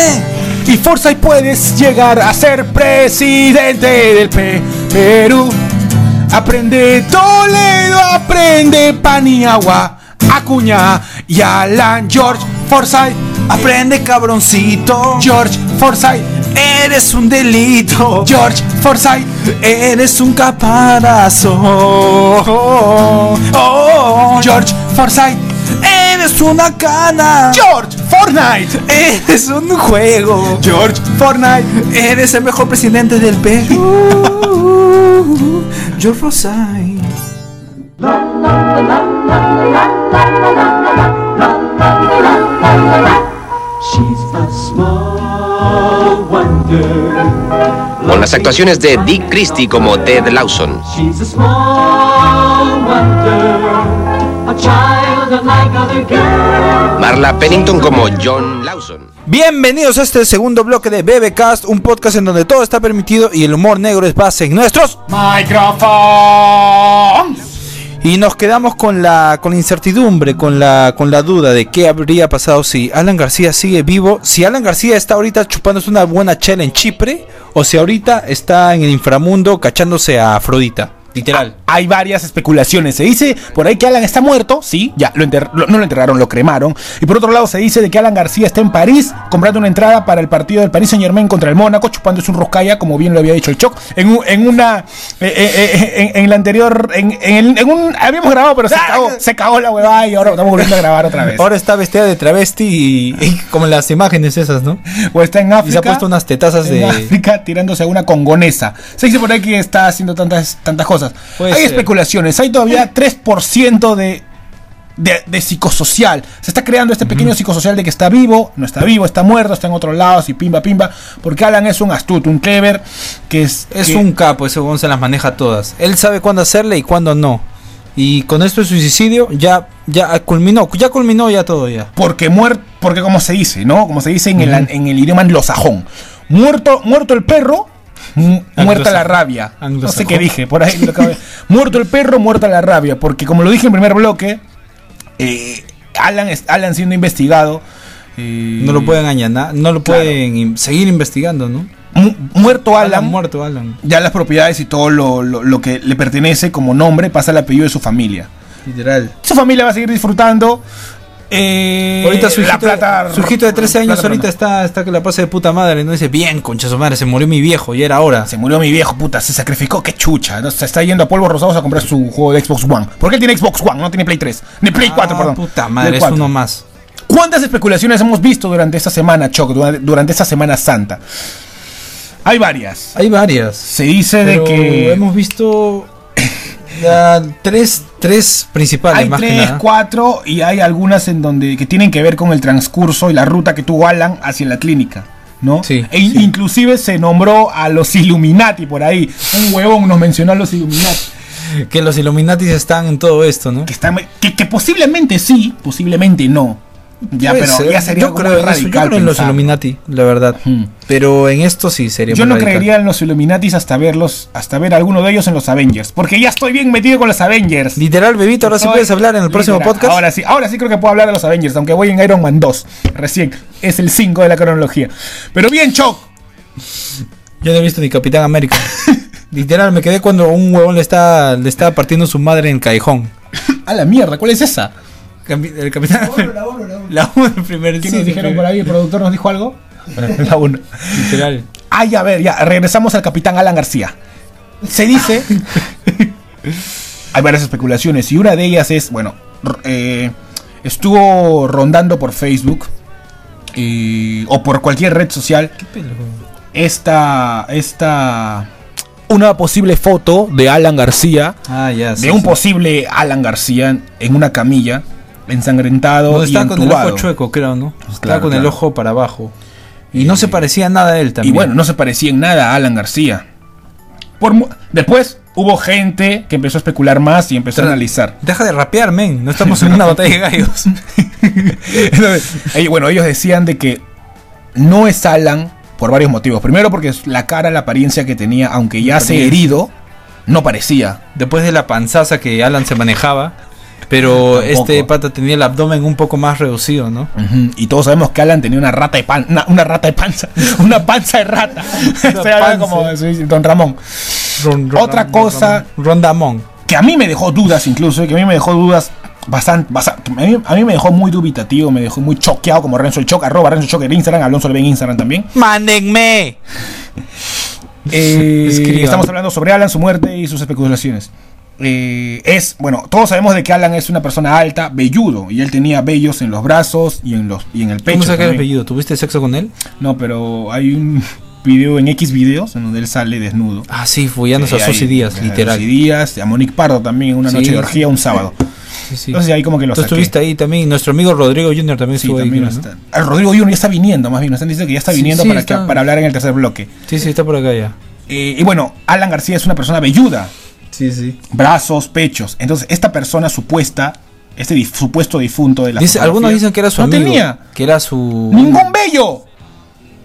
Speaker 1: Y Forsyth puedes llegar a ser presidente del Pe- Perú. Aprende Toledo, aprende Paniagua, Acuña y Alan George Forsyth.
Speaker 2: Aprende, cabroncito.
Speaker 1: George Forsyth,
Speaker 2: Eres un delito.
Speaker 1: George Forsyth.
Speaker 2: Eres un caparazo.
Speaker 1: George Forsyth,
Speaker 2: oh, Eres una cana.
Speaker 1: George Fortnite,
Speaker 2: (laughs) Eres un juego.
Speaker 1: George Fortnite,
Speaker 2: Eres el mejor presidente del Perú. (laughs) George Forsyth.
Speaker 3: She's a small wonder.
Speaker 4: con las actuaciones de Dick Christie como Ted Lawson,
Speaker 3: She's a small wonder. A child unlike other girls.
Speaker 4: Marla Pennington como John Lawson,
Speaker 2: Bienvenidos a este segundo bloque de BBcast, un podcast en donde todo está permitido y el humor negro es base en nuestros.
Speaker 1: Microphone.
Speaker 2: Y nos quedamos con la, con la incertidumbre, con la, con la duda de qué habría pasado si Alan García sigue vivo, si Alan García está ahorita chupándose una buena chela en Chipre, o si ahorita está en el inframundo cachándose a Afrodita. Literal.
Speaker 1: Ah, Hay varias especulaciones. Se dice por ahí que Alan está muerto, sí, ya, lo enter- lo- no lo enterraron, lo cremaron. Y por otro lado se dice de que Alan García está en París comprando una entrada para el partido del París Saint Germain contra el Mónaco, chupándose un roscaya, como bien lo había dicho el Choc, en, un- en una. eh, eh, eh, en, en la anterior. En, en el- en un, habíamos grabado, pero se cagó, se cagó la huevada y ahora estamos volviendo a grabar otra vez.
Speaker 2: Ahora está vestida de travesti y, y como las imágenes esas, ¿no?
Speaker 1: O Pues está en África.
Speaker 2: Y se ha puesto unas tetazas
Speaker 1: en
Speaker 2: de...
Speaker 1: África tirándose a una congonesa. Se dice por ahí que está haciendo tantas, tantas cosas.
Speaker 2: Puede
Speaker 1: hay
Speaker 2: ser.
Speaker 1: especulaciones, hay todavía 3% de, de, de psicosocial. Se está creando este pequeño psicosocial de que está vivo, no está vivo, está muerto, está en otros lados y pimba, pimba. Porque Alan es un astuto, un clever, que es...
Speaker 2: Es
Speaker 1: que-
Speaker 2: un capo, ese huevón se las maneja todas. Él sabe cuándo hacerle y cuándo no. Y con esto de suicidio ya, ya culminó, ya culminó ya todo ya.
Speaker 1: Porque muerto, porque como se dice, ¿no? Como se dice en, el,
Speaker 2: Ujú.
Speaker 1: en el idioma anglosajón. Muerto, muerto el perro, mu- muerta la rabia. No sé
Speaker 2: Anglosajón.
Speaker 1: qué dije, por ahí lo
Speaker 2: (laughs)
Speaker 1: acabé. muerto el perro, muerta la rabia. Porque como lo dije en primer bloque, eh, Alan, es- Alan siendo investigado. eh,
Speaker 2: No lo pueden añanar, no lo
Speaker 1: Claro.
Speaker 2: pueden in- seguir investigando, ¿no?
Speaker 1: mu- muerto Alan,
Speaker 2: muerto, Alan.
Speaker 1: ya las propiedades y todo lo, lo- lo que le pertenece como nombre pasa al apellido de su familia.
Speaker 2: Literal.
Speaker 1: Su familia va a seguir disfrutando. eh,
Speaker 2: ahorita su
Speaker 1: la
Speaker 2: hijito,
Speaker 1: plata-
Speaker 2: su hijito de 13 años
Speaker 1: plata
Speaker 2: ahorita
Speaker 1: plana.
Speaker 2: está, está que la pasa de puta madre, ¿no? Dice, bien, concha su madre, se murió mi viejo, ya era hora.
Speaker 1: Se murió mi viejo, puta, se sacrificó, qué chucha. ¿no? Se está yendo a polvos rosados a comprar su juego de Xbox One. Porque él tiene Xbox One, no tiene Play 3. Ni Play 4,
Speaker 2: Ah,
Speaker 1: perdón.
Speaker 2: Puta
Speaker 1: Play
Speaker 2: madre, es
Speaker 1: 4.
Speaker 2: uno más.
Speaker 1: ¿Cuántas especulaciones hemos visto durante esta semana, Choc? Durante, durante esta Semana Santa. Hay varias.
Speaker 2: Hay varias.
Speaker 1: Se dice
Speaker 2: Pero
Speaker 1: de que.
Speaker 2: hemos visto (coughs) ya tres, tres principales
Speaker 1: Hay
Speaker 2: más que
Speaker 1: tres,
Speaker 2: nada.
Speaker 1: cuatro y hay algunas en donde que tienen que ver con el transcurso y la ruta que tuvo Alan hacia la clínica. ¿No?
Speaker 2: Sí,
Speaker 1: E in-
Speaker 2: sí.
Speaker 1: Inclusive se nombró a los Illuminati por ahí. Un huevón nos mencionó a los Illuminati.
Speaker 2: Que los Illuminatis están en todo esto, ¿no?
Speaker 1: que, está- que- que posiblemente sí, posiblemente no. Ya,
Speaker 2: Puede
Speaker 1: pero
Speaker 2: ser.
Speaker 1: ya sería
Speaker 2: yo
Speaker 1: como
Speaker 2: creo en eso,
Speaker 1: radical
Speaker 2: yo creo en los
Speaker 1: pensar.
Speaker 2: Illuminati, la verdad.
Speaker 1: Ujú.
Speaker 2: Pero en esto sí sería
Speaker 1: Yo
Speaker 2: muy
Speaker 1: no
Speaker 2: radical.
Speaker 1: creería en los Illuminatis hasta verlos, hasta ver alguno de ellos en los Avengers, porque ya estoy bien metido con los Avengers.
Speaker 2: Literal, bebito, ahora sí
Speaker 1: Estoy-
Speaker 2: puedes hablar en el próximo
Speaker 1: Literal.
Speaker 2: podcast.
Speaker 1: Ahora sí, ahora sí creo que puedo hablar de los Avengers, aunque voy en Iron Man 2 recién. Es el 5 de la cronología. Pero bien, Choc.
Speaker 2: Yo no he visto ni
Speaker 1: (laughs)
Speaker 2: Capitán América. Literal, me quedé cuando un huevón le está, le está partiendo su madre en el callejón.
Speaker 1: A la mierda, ¿cuál es esa?
Speaker 2: Capi- El Capitán América.
Speaker 1: (laughs)
Speaker 2: La 1 el primer
Speaker 1: ¿Qué
Speaker 2: sí,
Speaker 1: nos
Speaker 2: el
Speaker 1: dijeron
Speaker 2: primer-
Speaker 1: por ahí? ¿El productor nos dijo
Speaker 2: (laughs)
Speaker 1: algo? La 1.
Speaker 2: Literal.
Speaker 1: Ay, a ver, ya, regresamos al capitán Alan García. Se
Speaker 2: (laughs)
Speaker 1: dice. hay varias especulaciones y una de ellas es, bueno, r- eh, estuvo rondando por Facebook eh, o por cualquier red social
Speaker 2: Pero
Speaker 1: esta, esta, una posible foto de Alan García,
Speaker 2: Ah, ya. sí,
Speaker 1: de un
Speaker 2: sí.
Speaker 1: posible Alan García en una camilla,
Speaker 2: No,
Speaker 1: ensangrentado y
Speaker 2: estaba con el ojo
Speaker 1: entubado.
Speaker 2: chueco, creo, ¿no? Estaba
Speaker 1: Claro,
Speaker 2: con el
Speaker 1: claro.
Speaker 2: ojo para abajo. Pues Y no se
Speaker 1: Eh,
Speaker 2: parecía nada a él
Speaker 1: Y
Speaker 2: también.
Speaker 1: bueno, no se parecía en nada a Alan García. Por mu- Después hubo gente que empezó a especular más y empezó a
Speaker 2: Tra-
Speaker 1: analizar.
Speaker 2: Deja de rapear, men. No estamos en una batalla de (laughs) gallos.
Speaker 1: Entonces, eh, bueno, ellos decían de que no es Alan por varios motivos. Primero porque la cara, la apariencia que tenía, aunque ya se
Speaker 2: Apariencia.
Speaker 1: herido, no parecía.
Speaker 2: Después de la panzaza que Alan se manejaba. Pero
Speaker 1: Tampoco.
Speaker 2: este pata tenía el abdomen un poco más reducido, ¿no?
Speaker 1: Ujú, Y todos sabemos que Alan tenía una rata de pan, una, una rata de panza, (laughs) una panza de rata. (laughs) Estoy
Speaker 2: panza.
Speaker 1: hablando como sí, sí, Don Ramón. Otra cosa-
Speaker 2: Rondamón.
Speaker 1: que a mí me dejó dudas incluso, eh, que a mí me dejó dudas bastante, bastante- a, mí, a mí me dejó muy dubitativo, me dejó muy choqueado como Renzo el Choc, arroba Renzo el Choc en Instagram, Alonso le en Instagram
Speaker 2: (laughs)
Speaker 1: también.
Speaker 2: ¡Mándenme!
Speaker 1: Eh,
Speaker 2: Escriban.
Speaker 1: estamos hablando sobre Alan, su muerte y sus especulaciones. Eh, es, bueno, todos sabemos de que Alan es una persona alta, velludo, y él tenía vellos en los brazos y en, los, y en el pecho.
Speaker 2: ¿Cómo sacar el
Speaker 1: también.
Speaker 2: apellido? ¿Tuviste sexo con él?
Speaker 1: No, pero hay un (laughs) video en X videos en donde él sale desnudo.
Speaker 2: Ah, sí, follándose
Speaker 1: Eh,
Speaker 2: a Susy
Speaker 1: ahí,
Speaker 2: Díaz,
Speaker 1: a
Speaker 2: literal.
Speaker 1: Susy Díaz, a Monique Pardo también, en una
Speaker 2: Sí.
Speaker 1: noche de orgía un sábado.
Speaker 2: (laughs) Sí, sí.
Speaker 1: Entonces ahí como que lo
Speaker 2: Tú
Speaker 1: saqué.
Speaker 2: estuviste ahí también. Nuestro amigo Rodrigo Junior también
Speaker 1: Sí,
Speaker 2: estuvo ahí.
Speaker 1: también
Speaker 2: creo, ¿no?
Speaker 1: está. Ah, Rodrigo Junior ya está viniendo, más bien. Nos están diciendo que ya está
Speaker 2: Sí,
Speaker 1: viniendo
Speaker 2: sí,
Speaker 1: para,
Speaker 2: está.
Speaker 1: que- para hablar en el tercer bloque.
Speaker 2: Sí, sí, está por acá ya.
Speaker 1: Eh, y bueno, Alan García es una persona velluda.
Speaker 2: Sí, sí.
Speaker 1: Brazos, pechos. Entonces, esta persona supuesta, este dif- supuesto difunto de la
Speaker 2: Dice,
Speaker 1: fotografía,
Speaker 2: algunos dicen que era su
Speaker 1: no
Speaker 2: amigo.
Speaker 1: tenía
Speaker 2: Que era su.
Speaker 1: ningún vello.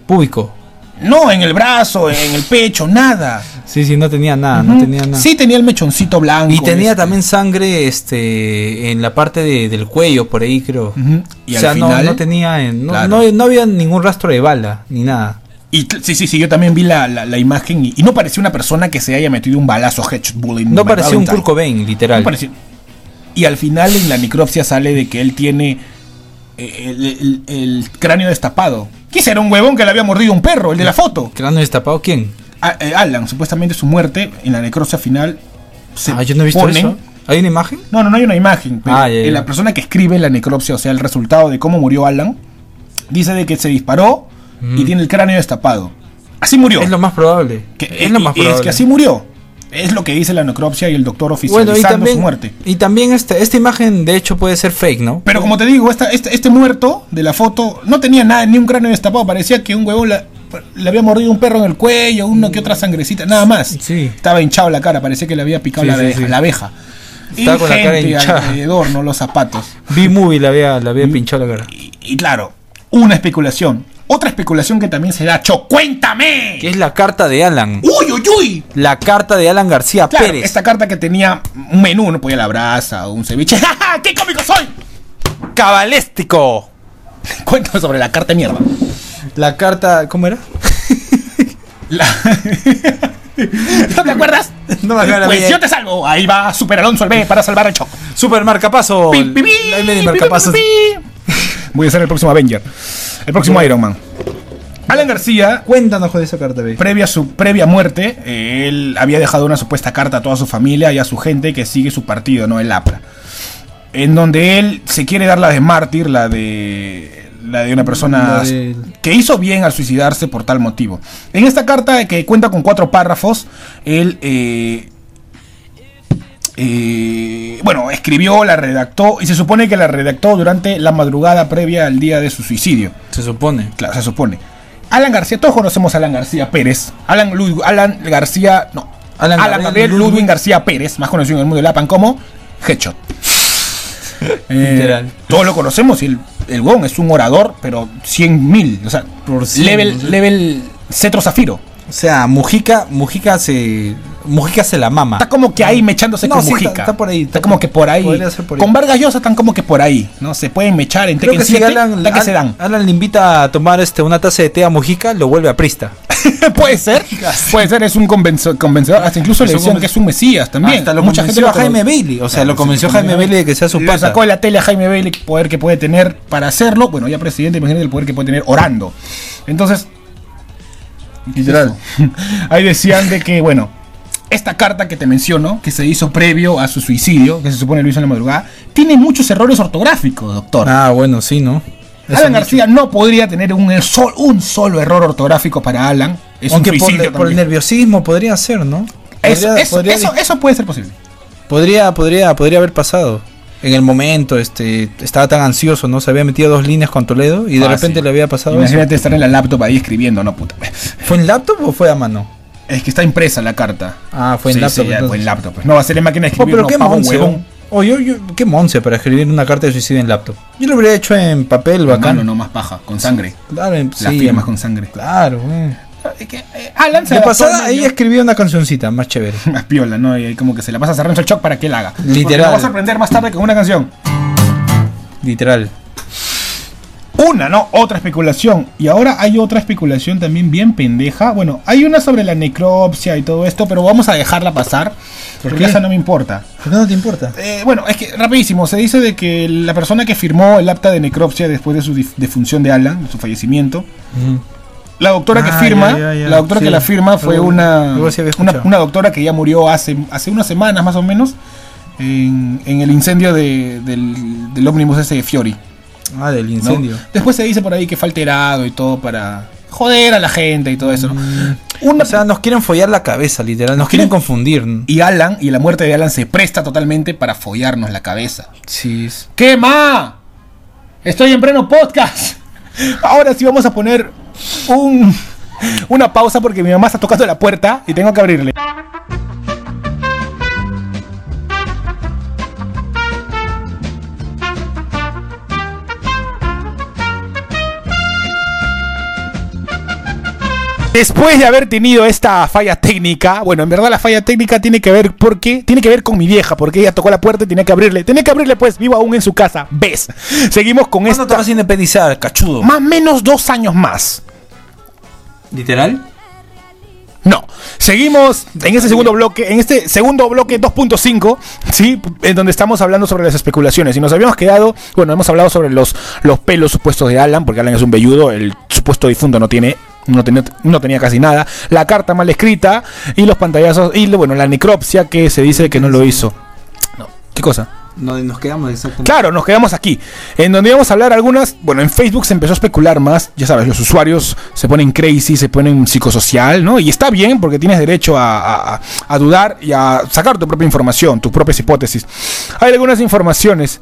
Speaker 2: público.
Speaker 1: No, en el brazo, en el pecho, nada. Mm,
Speaker 2: Sí, sí, no tenía nada, no tenía nada.
Speaker 1: Sí tenía el mechoncito blanco.
Speaker 2: y tenía
Speaker 1: este.
Speaker 2: también sangre este en la parte de- del cuello, por ahí creo.
Speaker 1: Ujú. Y
Speaker 2: o
Speaker 1: al
Speaker 2: sea, no-
Speaker 1: final-
Speaker 2: no, tenía. eh, No,
Speaker 1: Claro.
Speaker 2: no- no había ningún rastro de bala, ni nada.
Speaker 1: Y t- sí, sí, sí, yo también vi la, la- la imagen y, y no parecía una persona que se haya metido un balazo headshot bullet.
Speaker 2: No parecía un
Speaker 1: mental.
Speaker 2: Kurt Cobain,
Speaker 1: Me
Speaker 2: literal.
Speaker 1: pareció. Y al final en la necropsia sale de que él tiene eh, el, el- el cráneo destapado. ¿Quién era un huevón que le había mordido un perro? El de la foto.
Speaker 2: ¿Cráneo destapado quién?
Speaker 1: A- eh, Alan, supuestamente su muerte en la necropsia final se
Speaker 2: Ah, yo no he visto
Speaker 1: pone-
Speaker 2: eso. ¿Hay una imagen?
Speaker 1: No, no, no hay una imagen. pero
Speaker 2: Ah, ya, ya.
Speaker 1: La persona que escribe la necropsia, o sea, el resultado de cómo murió Alan, dice de que se disparó y tiene el cráneo destapado. Así murió.
Speaker 2: Mm. Es lo más probable.
Speaker 1: Que-
Speaker 2: es lo más
Speaker 1: y- y
Speaker 2: probable.
Speaker 1: Es que así murió. Es lo que dice la necropsia y el doctor oficializando
Speaker 2: bueno, y también,
Speaker 1: su muerte.
Speaker 2: y también esta, esta imagen de hecho puede ser fake, ¿no?
Speaker 1: Pero como te digo, esta, este, este muerto de la foto no tenía nada, ni un cráneo destapado. Parecía que un huevón la- le había mordido un perro en el cuello, una que otra sangrecita, nada más.
Speaker 2: Sí.
Speaker 1: Estaba hinchado la cara, parecía que le había picado
Speaker 2: Sí,
Speaker 1: la,
Speaker 2: sí,
Speaker 1: abeja,
Speaker 2: sí.
Speaker 1: la abeja.
Speaker 2: Estaba
Speaker 1: y
Speaker 2: con la cara
Speaker 1: gente
Speaker 2: hinchada.
Speaker 1: alrededor, no los zapatos.
Speaker 2: B-Movie la había,
Speaker 1: Mm.
Speaker 2: la había pinchado la cara.
Speaker 1: Y, y claro, una especulación. Otra especulación que también se da, Cho, cuéntame.
Speaker 2: Que es la carta de Alan.
Speaker 1: Uy, uy, uy.
Speaker 2: La carta de Alan García
Speaker 1: Claro,
Speaker 2: Pérez.
Speaker 1: esta carta que tenía un menú, no podía la brasa o un ceviche. (laughs) ¡Ja, ja! ¡Qué cómico soy!
Speaker 2: Cabaléstico.
Speaker 1: Cuéntame sobre la carta de mierda.
Speaker 2: La carta. ¿Cómo era?
Speaker 1: La- (laughs) ¿No te acuerdas?
Speaker 2: No me acuerdo
Speaker 1: Pues
Speaker 2: bien.
Speaker 1: yo te salvo. Ahí va Super Alonso el B para salvar al Choco.
Speaker 2: Super Marcapaso.
Speaker 1: Pi, pi, pi,
Speaker 2: La ley de
Speaker 1: pi,
Speaker 2: marcapasos.
Speaker 1: pi, pi, pi. Voy a ser el próximo Avenger. El próximo Iron Man. Alan García,
Speaker 2: Cuéntanos de esa carta, ve.
Speaker 1: previa a su previa muerte, eh, él había dejado una supuesta carta a toda su familia y a su gente que sigue su partido, ¿no? El APRA. En donde él se quiere dar la de mártir, la de. La de una persona
Speaker 2: La de-
Speaker 1: que hizo bien al suicidarse por tal motivo. En esta carta, que cuenta con cuatro párrafos, él. eh, eh, bueno, escribió, la redactó y se supone que la redactó durante la madrugada previa al día de su suicidio.
Speaker 2: Se supone.
Speaker 1: Claro, se supone. Alan García, todos conocemos a Alan García Pérez. Alan, Lud- Alan García, no.
Speaker 2: Alan
Speaker 1: Alan,
Speaker 2: Gabriel
Speaker 1: Gabriel
Speaker 2: Ludwig
Speaker 1: Ludwig García Pérez, más conocido en el mundo de la PAN como
Speaker 2: (laughs)
Speaker 1: Headshot. Eh,
Speaker 2: Literal.
Speaker 1: Todos lo conocemos y el, el huevón es un orador, pero 100 mil. O sea,
Speaker 2: Por cien,
Speaker 1: level,
Speaker 2: sí.
Speaker 1: level cetro zafiro.
Speaker 2: O sea, Mujica, Mujica se. Mujica se la mama.
Speaker 1: Está como que ahí mechándose
Speaker 2: Ah. No,
Speaker 1: con
Speaker 2: sí, está-
Speaker 1: Mujica.
Speaker 2: está por ahí,
Speaker 1: Está
Speaker 2: está
Speaker 1: como
Speaker 2: por-
Speaker 1: que por ahí.
Speaker 2: podría ser por ahí.
Speaker 1: Con Vargas Llosa están como que por ahí. No se pueden mechar en
Speaker 2: Creo
Speaker 1: Tekken
Speaker 2: que si
Speaker 1: 7,
Speaker 2: Alan,
Speaker 1: está que se dan.
Speaker 2: Alan le invita a tomar este, una taza de té a Mujica, lo vuelve a Prista.
Speaker 1: (laughs) Puede ser, puede ser, es un convenzo- convencedor. Hasta incluso le
Speaker 2: un
Speaker 1: decían
Speaker 2: conven-
Speaker 1: que Ah, es un mesías también.
Speaker 2: Hasta lo
Speaker 1: Mucha
Speaker 2: convenció
Speaker 1: gente
Speaker 2: a Jaime
Speaker 1: cono-
Speaker 2: Bailey. O sea,
Speaker 1: Claro,
Speaker 2: lo convenció
Speaker 1: sí,
Speaker 2: Jaime Bailey de que sea su
Speaker 1: Le
Speaker 2: pata.
Speaker 1: sacó de la tele a Jaime Bailey el poder que puede tener para hacerlo. Bueno, ya presidente, imagínate el poder que puede tener orando. Entonces, literal, (laughs) ahí decían de que, bueno, esta carta que te menciono, que se hizo previo a su suicidio, que se supone lo hizo en la madrugada, tiene muchos errores ortográficos, doctor.
Speaker 2: Ah, bueno, sí, ¿no?
Speaker 1: Alan García no podría tener un, eh, sol- un solo error ortográfico para Alan. Es
Speaker 2: Aunque
Speaker 1: un
Speaker 2: por,
Speaker 1: suicidio
Speaker 2: por el
Speaker 1: también.
Speaker 2: nerviosismo podría ser, ¿no?
Speaker 1: Eso-
Speaker 2: Podría-
Speaker 1: eso-
Speaker 2: podría-
Speaker 1: eso- eso puede ser posible.
Speaker 2: Podría, podría, podría haber pasado. En el momento, este, estaba tan ansioso, ¿no? Se había metido dos líneas con Toledo y de
Speaker 1: Fácil.
Speaker 2: repente le había pasado eso.
Speaker 1: Ah, Imagínate estar en la laptop ahí escribiendo, no puta. pues.
Speaker 2: ¿Fue en laptop o fue a mano?
Speaker 1: Es que está impresa la carta.
Speaker 2: Ah, fue en
Speaker 1: Sí,
Speaker 2: laptop,
Speaker 1: sí, ya,
Speaker 2: entonces.
Speaker 1: fue en laptop. pues. No va a ser en máquina de
Speaker 2: Oh,
Speaker 1: escribir,
Speaker 2: pero
Speaker 1: no,
Speaker 2: qué
Speaker 1: pavo
Speaker 2: monce,
Speaker 1: huevón.
Speaker 2: oh, yo, yo, qué monce para escribir una carta de suicidio en laptop. Yo lo hubiera hecho en papel,
Speaker 1: Con
Speaker 2: bacano.
Speaker 1: mano, no más paja, con sangre.
Speaker 2: Claro, en-
Speaker 1: Las
Speaker 2: sí,
Speaker 1: firmas con sangre.
Speaker 2: Claro, güey.
Speaker 1: Es que, eh, Alan se
Speaker 2: De
Speaker 1: adaptó al
Speaker 2: pasada,
Speaker 1: medio.
Speaker 2: ella escribió una cancioncita más chévere.
Speaker 1: (laughs) Más piola, ¿no? Y ahí como que se la pasa a Renzo el shock para que él haga. Porque
Speaker 2: Literal.
Speaker 1: lo va a sorprender más tarde con una canción.
Speaker 2: Literal.
Speaker 1: Una, ¿no? Otra especulación. Y ahora hay otra especulación también bien pendeja. Bueno, hay una sobre la necropsia y todo esto, pero vamos a dejarla pasar. Porque
Speaker 2: qué?
Speaker 1: esa no me importa.
Speaker 2: ¿Por qué no te importa?
Speaker 1: Eh, bueno, es que rapidísimo, se dice de que la persona que firmó el acta de necropsia después de su dif- defunción de Alan, de su fallecimiento, la doctora
Speaker 2: Ah,
Speaker 1: que firma,
Speaker 2: ya, ya, ya.
Speaker 1: la doctora
Speaker 2: Sí.
Speaker 1: que la firma fue
Speaker 2: Algo-
Speaker 1: una,
Speaker 2: algo así había
Speaker 1: una
Speaker 2: escuchado.
Speaker 1: una doctora que ya murió hace hace unas semanas más o menos en, en el incendio de- del, del ómnibus ese de Fiori.
Speaker 2: Ah, del
Speaker 1: ¿no?
Speaker 2: incendio.
Speaker 1: Después se dice por ahí que fue alterado y todo para joder a la gente y todo eso. ¿no?
Speaker 2: Mm. O sea, nos quieren follar la cabeza, literal. Nos quieren confundir.
Speaker 1: Y Alan y la muerte de Alan se presta totalmente para follarnos la cabeza.
Speaker 2: Sí.
Speaker 1: ¡Quema! Estoy en pleno podcast. Ahora sí vamos a poner un, una pausa porque mi mamá está tocando la puerta y tengo que abrirle. Después de haber tenido esta falla técnica, bueno, en verdad la falla técnica tiene que ver porque tiene que ver con mi vieja, porque ella tocó la puerta y tenía que abrirle. Tenía que abrirle pues, vivo aún en su casa. ¿Ves? Seguimos con
Speaker 2: ¿Cuándo
Speaker 1: esto.
Speaker 2: te vas a independizar, cachudo?
Speaker 1: Más o menos dos años más.
Speaker 2: ¿Literal?
Speaker 1: No, seguimos en este segundo bloque, en este segundo bloque 2.5, ¿sí? En donde estamos hablando sobre las especulaciones. Y nos habíamos quedado, bueno, hemos hablado sobre los, los pelos supuestos de Alan, porque Alan es un velludo, el supuesto difunto no tiene... No tenía, no tenía casi nada. La carta mal escrita y los pantallazos. Y lo- bueno, la necropsia que se dice que no lo hizo. No, ¿Qué cosa?
Speaker 2: nos quedamos exactamente.
Speaker 1: Claro, nos quedamos aquí. En donde íbamos a hablar algunas. Bueno, en Facebook se empezó a especular más. Ya sabes, los usuarios se ponen crazy, se ponen psicosocial, ¿no? Y está bien porque tienes derecho a, a- a- a dudar y a sacar tu propia información, tus propias hipótesis. Hay algunas informaciones,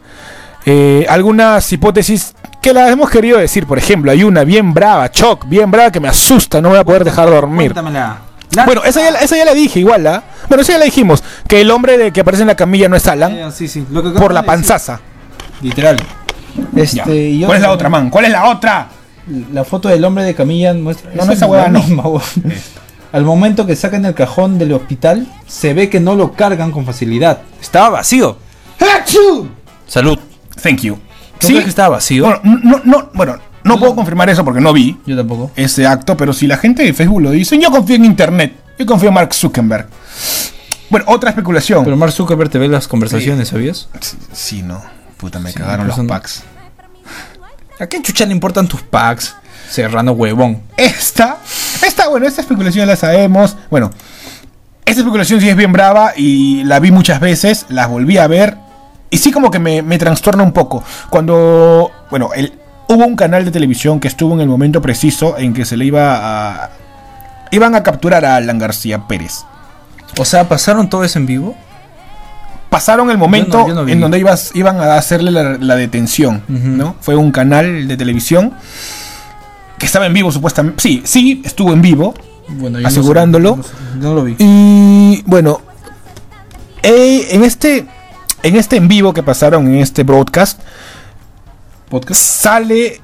Speaker 1: eh, algunas hipótesis que las hemos querido decir. Por ejemplo, hay una bien brava, choc, bien brava que me asusta, no voy a poder dejar dormir. Bueno, esa ya, la- esa ya la dije, igual, ¿ah? Bueno, esa ya la dijimos. Que el hombre de que aparece en la camilla no es
Speaker 2: Eh,
Speaker 1: Alan, por la panzaza.
Speaker 2: Literal.
Speaker 1: Ya.
Speaker 2: Este, y
Speaker 1: ¿Cuál es la otra, man? ¿Cuál es la otra?
Speaker 2: La foto del hombre de camilla muestra.
Speaker 1: no, esa hueá no.
Speaker 2: hueón. (laughs) Al momento que sacan el cajón del hospital, se ve que no lo cargan con facilidad. Estaba vacío. Salud.
Speaker 1: Thank you.
Speaker 2: ¿No crees que estaba vacío?
Speaker 1: Bueno, no, no, bueno, no puedo confirmar eso porque no vi
Speaker 2: Yo tampoco.
Speaker 1: ese acto, pero si la gente de Facebook lo dice, yo confío en Internet. Yo confío en Mark Zuckerberg. Bueno, otra especulación.
Speaker 2: Pero Mark Zuckerberg te ve las conversaciones, ¿sabías?
Speaker 1: sí, no. Puta, me
Speaker 2: Sí,
Speaker 1: cagaron
Speaker 2: pero
Speaker 1: los
Speaker 2: son-
Speaker 1: packs.
Speaker 2: ¿A qué chucha le importan tus packs? Serrano huevón.
Speaker 1: Esta, esta, bueno, esta especulación la sabemos. Bueno, esta especulación sí es bien brava y la vi muchas veces, las volví a ver y sí como que me, me trastorna un poco. Cuando, bueno, el, hubo un canal de televisión que estuvo en el momento preciso en que se le iba a... Iban a capturar a Alan García Pérez.
Speaker 2: O sea, ¿pasaron todo eso en vivo?
Speaker 1: Pasaron el momento
Speaker 2: Yo no- yo no vi.
Speaker 1: en donde ibas, iban a hacerle la, la detención,
Speaker 2: Ujú.
Speaker 1: ¿no? Fue un canal de televisión que estaba en vivo supuestamente. Sí, sí, estuvo en vivo.
Speaker 2: Bueno,
Speaker 1: no Asegurándolo.
Speaker 2: No, lo vi.
Speaker 1: Y bueno, eh, en este en este en vivo que pasaron en este broadcast
Speaker 2: ¿Podcast?
Speaker 1: sale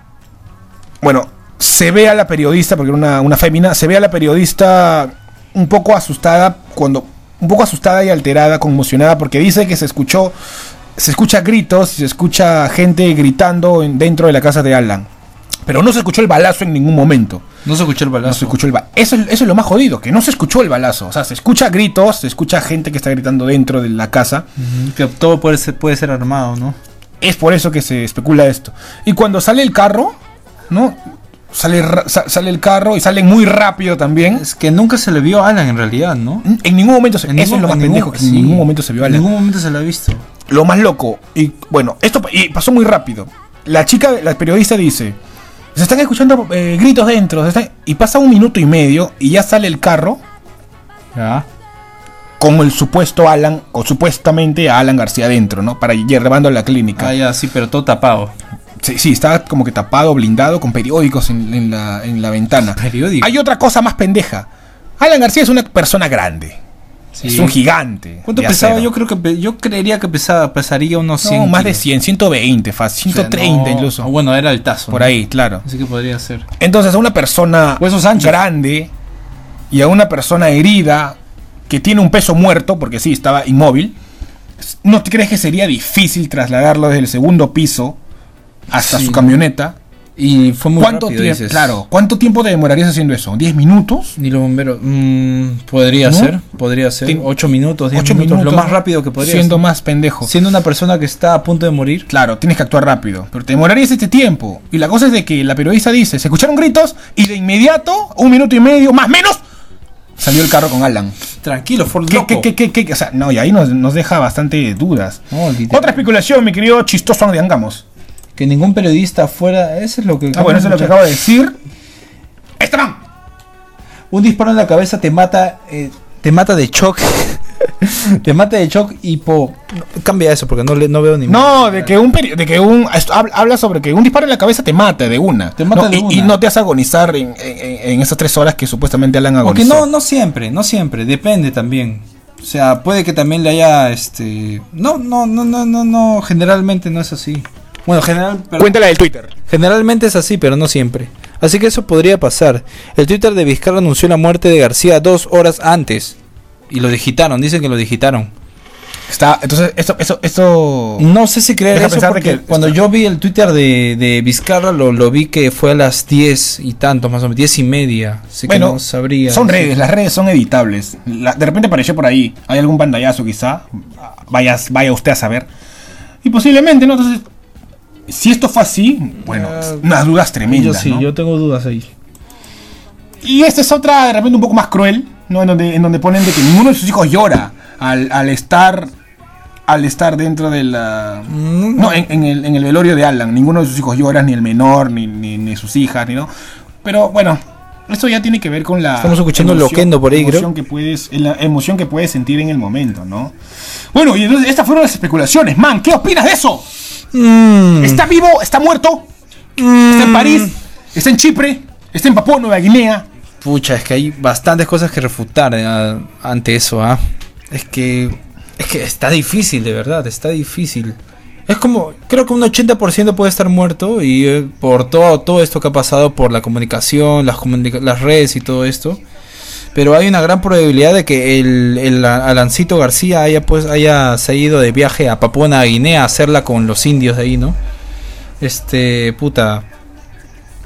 Speaker 1: bueno, se ve a la periodista porque era una una fémina, se ve a la periodista un poco asustada cuando un poco asustada y alterada, conmocionada porque dice que se escuchó se escucha gritos, y se escucha gente gritando en- dentro de la casa de Alan. Pero no se escuchó el balazo en ningún momento.
Speaker 2: No se escuchó el balazo.
Speaker 1: No se escuchó el ba- Eso, es- eso es lo más jodido, que no se escuchó el balazo. O sea, se escucha gritos, se escucha gente que está gritando dentro de la casa.
Speaker 2: Ujú, Que todo puede ser, puede ser armado, ¿no?
Speaker 1: Es por eso que se especula esto. Y cuando sale el carro, ¿no? Sale, ra- sa- sale el carro y sale muy rápido también.
Speaker 2: Es que nunca se le vio a Alan en realidad, ¿no?
Speaker 1: En ningún momento se,
Speaker 2: En
Speaker 1: eso
Speaker 2: ningún-
Speaker 1: es lo más
Speaker 2: en ningún-
Speaker 1: pendejo, que en
Speaker 2: sí.
Speaker 1: ningún momento se vio a
Speaker 2: En
Speaker 1: Alan.
Speaker 2: ningún momento se lo ha visto.
Speaker 1: Lo más loco. Y bueno, esto pa- y pasó muy rápido. la chica, la periodista dice, se están escuchando eh, gritos dentro, se están-". y pasa un minuto y medio y ya sale el carro
Speaker 2: Ya.
Speaker 1: con el supuesto Alan, o supuestamente a Alan García dentro, ¿no? Para ir llevando a la clínica.
Speaker 5: Ah, ya, sí, pero todo tapado.
Speaker 1: Sí, sí, estaba como que tapado, blindado, con periódicos en, en la, en la ventana.
Speaker 5: Periódico.
Speaker 1: Hay otra cosa más pendeja. Alan García es una persona grande.
Speaker 5: Sí.
Speaker 1: Es un gigante.
Speaker 5: ¿Cuánto
Speaker 1: de
Speaker 5: pesaba?
Speaker 1: acero.
Speaker 5: Yo creo que pe- yo creería que pesaba, pesaría unos 100.
Speaker 1: No, más de
Speaker 5: kilos.
Speaker 1: 100, 120, fácil,
Speaker 5: O sea,
Speaker 1: 130
Speaker 5: no-
Speaker 1: incluso.
Speaker 5: ah, Bueno, era altazo.
Speaker 1: por
Speaker 5: ¿no?
Speaker 1: ahí, claro.
Speaker 5: Así que podría ser.
Speaker 1: Entonces, a una persona
Speaker 5: Huesos anchos.
Speaker 1: grande y a una persona herida que tiene un peso muerto, porque sí, estaba inmóvil, ¿no te crees que sería difícil trasladarlo desde el segundo piso hasta
Speaker 5: Sí.
Speaker 1: su camioneta?
Speaker 5: Y fue muy
Speaker 1: ¿Cuánto,
Speaker 5: rápido,
Speaker 1: tie-
Speaker 5: dices.
Speaker 1: claro, ¿Cuánto tiempo te demorarías haciendo eso? ¿10 minutos?
Speaker 5: Ni los bomberos. mm, podría
Speaker 1: ¿No?
Speaker 5: ser, podría ser.
Speaker 1: Ten-
Speaker 5: 8 minutos, 10
Speaker 1: 8
Speaker 5: minutos,
Speaker 1: minutos.
Speaker 5: Lo más rápido que podría
Speaker 1: Siendo
Speaker 5: ser.
Speaker 1: más pendejo.
Speaker 5: Siendo una persona que está a punto de morir.
Speaker 1: Claro, tienes que actuar rápido, pero te demorarías este tiempo. Y la cosa es de que la periodista dice, se escucharon gritos y de inmediato, un minuto y medio, más menos, salió el carro con Alan.
Speaker 5: Tranquilo, Ford
Speaker 1: ¿Qué,
Speaker 5: loco.
Speaker 1: qué, qué, qué, qué? O sea, no, y ahí nos, nos deja bastante dudas.
Speaker 5: No, literal.
Speaker 1: Otra especulación, mi querido chistoso de Angamos.
Speaker 5: Que ningún periodista fuera. Eso es lo que.
Speaker 1: Ah, bueno, eso es lo que acabo de decir. ¡Esteban!
Speaker 5: Un disparo en la cabeza te mata. eh, te mata de shock. (laughs) te mata de shock y po.
Speaker 2: Cambia eso porque no, le, no veo ni
Speaker 1: No, de que un peri- de que un esto hab- habla sobre que un disparo en la cabeza te mata de una.
Speaker 5: Te mata
Speaker 1: No,
Speaker 5: de
Speaker 1: y,
Speaker 5: una.
Speaker 1: y no te hace agonizar en, en- en- en esas tres horas que supuestamente Alan
Speaker 5: Porque no,
Speaker 1: agonizó.
Speaker 5: no siempre, no siempre, depende también. O sea, puede que también le haya este. No, no, no, no, no, no. Generalmente no es así. Bueno, general, perdón.
Speaker 1: Cuéntala del Twitter.
Speaker 2: Generalmente es así, pero no siempre. Así que eso podría pasar. El Twitter de Vizcarra anunció la muerte de García dos horas antes. Y lo digitaron, dicen que lo digitaron.
Speaker 1: Está, entonces, esto, eso, esto.
Speaker 5: No sé si creer
Speaker 1: Oh. Deja
Speaker 5: eso
Speaker 1: pensar de
Speaker 5: porque
Speaker 1: que-
Speaker 2: Cuando
Speaker 5: está-
Speaker 2: yo vi el Twitter de, de Vizcarra, lo, lo vi que fue a las 10 y tantos, más o menos, 10 y media. Así que no sabría.
Speaker 1: Son
Speaker 2: Sí.
Speaker 1: redes, las redes son editables. La- de repente apareció por ahí. Hay algún pantallazo quizá. Vaya, vaya usted a saber. Y posiblemente, ¿no? Entonces, si esto fue así, bueno, unas dudas tremendas. ¿no?
Speaker 5: tengo dudas ahí.
Speaker 1: Y esta es otra, de repente, un poco más cruel, ¿no? En donde, en donde ponen de que ninguno de sus hijos llora al, al estar. Al estar dentro de la.
Speaker 2: Mm.
Speaker 1: No, en, en el, en el velorio de Alan. Ninguno de sus hijos llora, ni el menor, ni, ni, ni sus hijas, ni no. Pero bueno, esto ya tiene que ver con la.
Speaker 2: Estamos escuchando Loquendo por ahí, creo.
Speaker 1: emoción Que puedes, eh, la emoción que puedes sentir en el momento, ¿no? Bueno, y entonces estas fueron las especulaciones, man. ¿Qué opinas de eso?
Speaker 2: Mm.
Speaker 1: ¿Está vivo? ¿Está muerto? ¿Está en París? ¿Está en Chipre? ¿Está en Papua Nueva Guinea?
Speaker 2: Pucha, es que hay bastantes cosas que refutar eh, ante eso, ¿ah? Es que. Es que está difícil, de verdad, está difícil. Es como, creo que un 80% puede estar muerto y eh, por todo, todo esto que ha pasado, por la comunicación, las, comunica- las redes y todo esto. Pero hay una gran probabilidad de que el, el a- Alancito García haya, pues, haya se ido de viaje a Papua Nueva Guinea a hacerla con los indios de ahí, ¿no? Este, puta,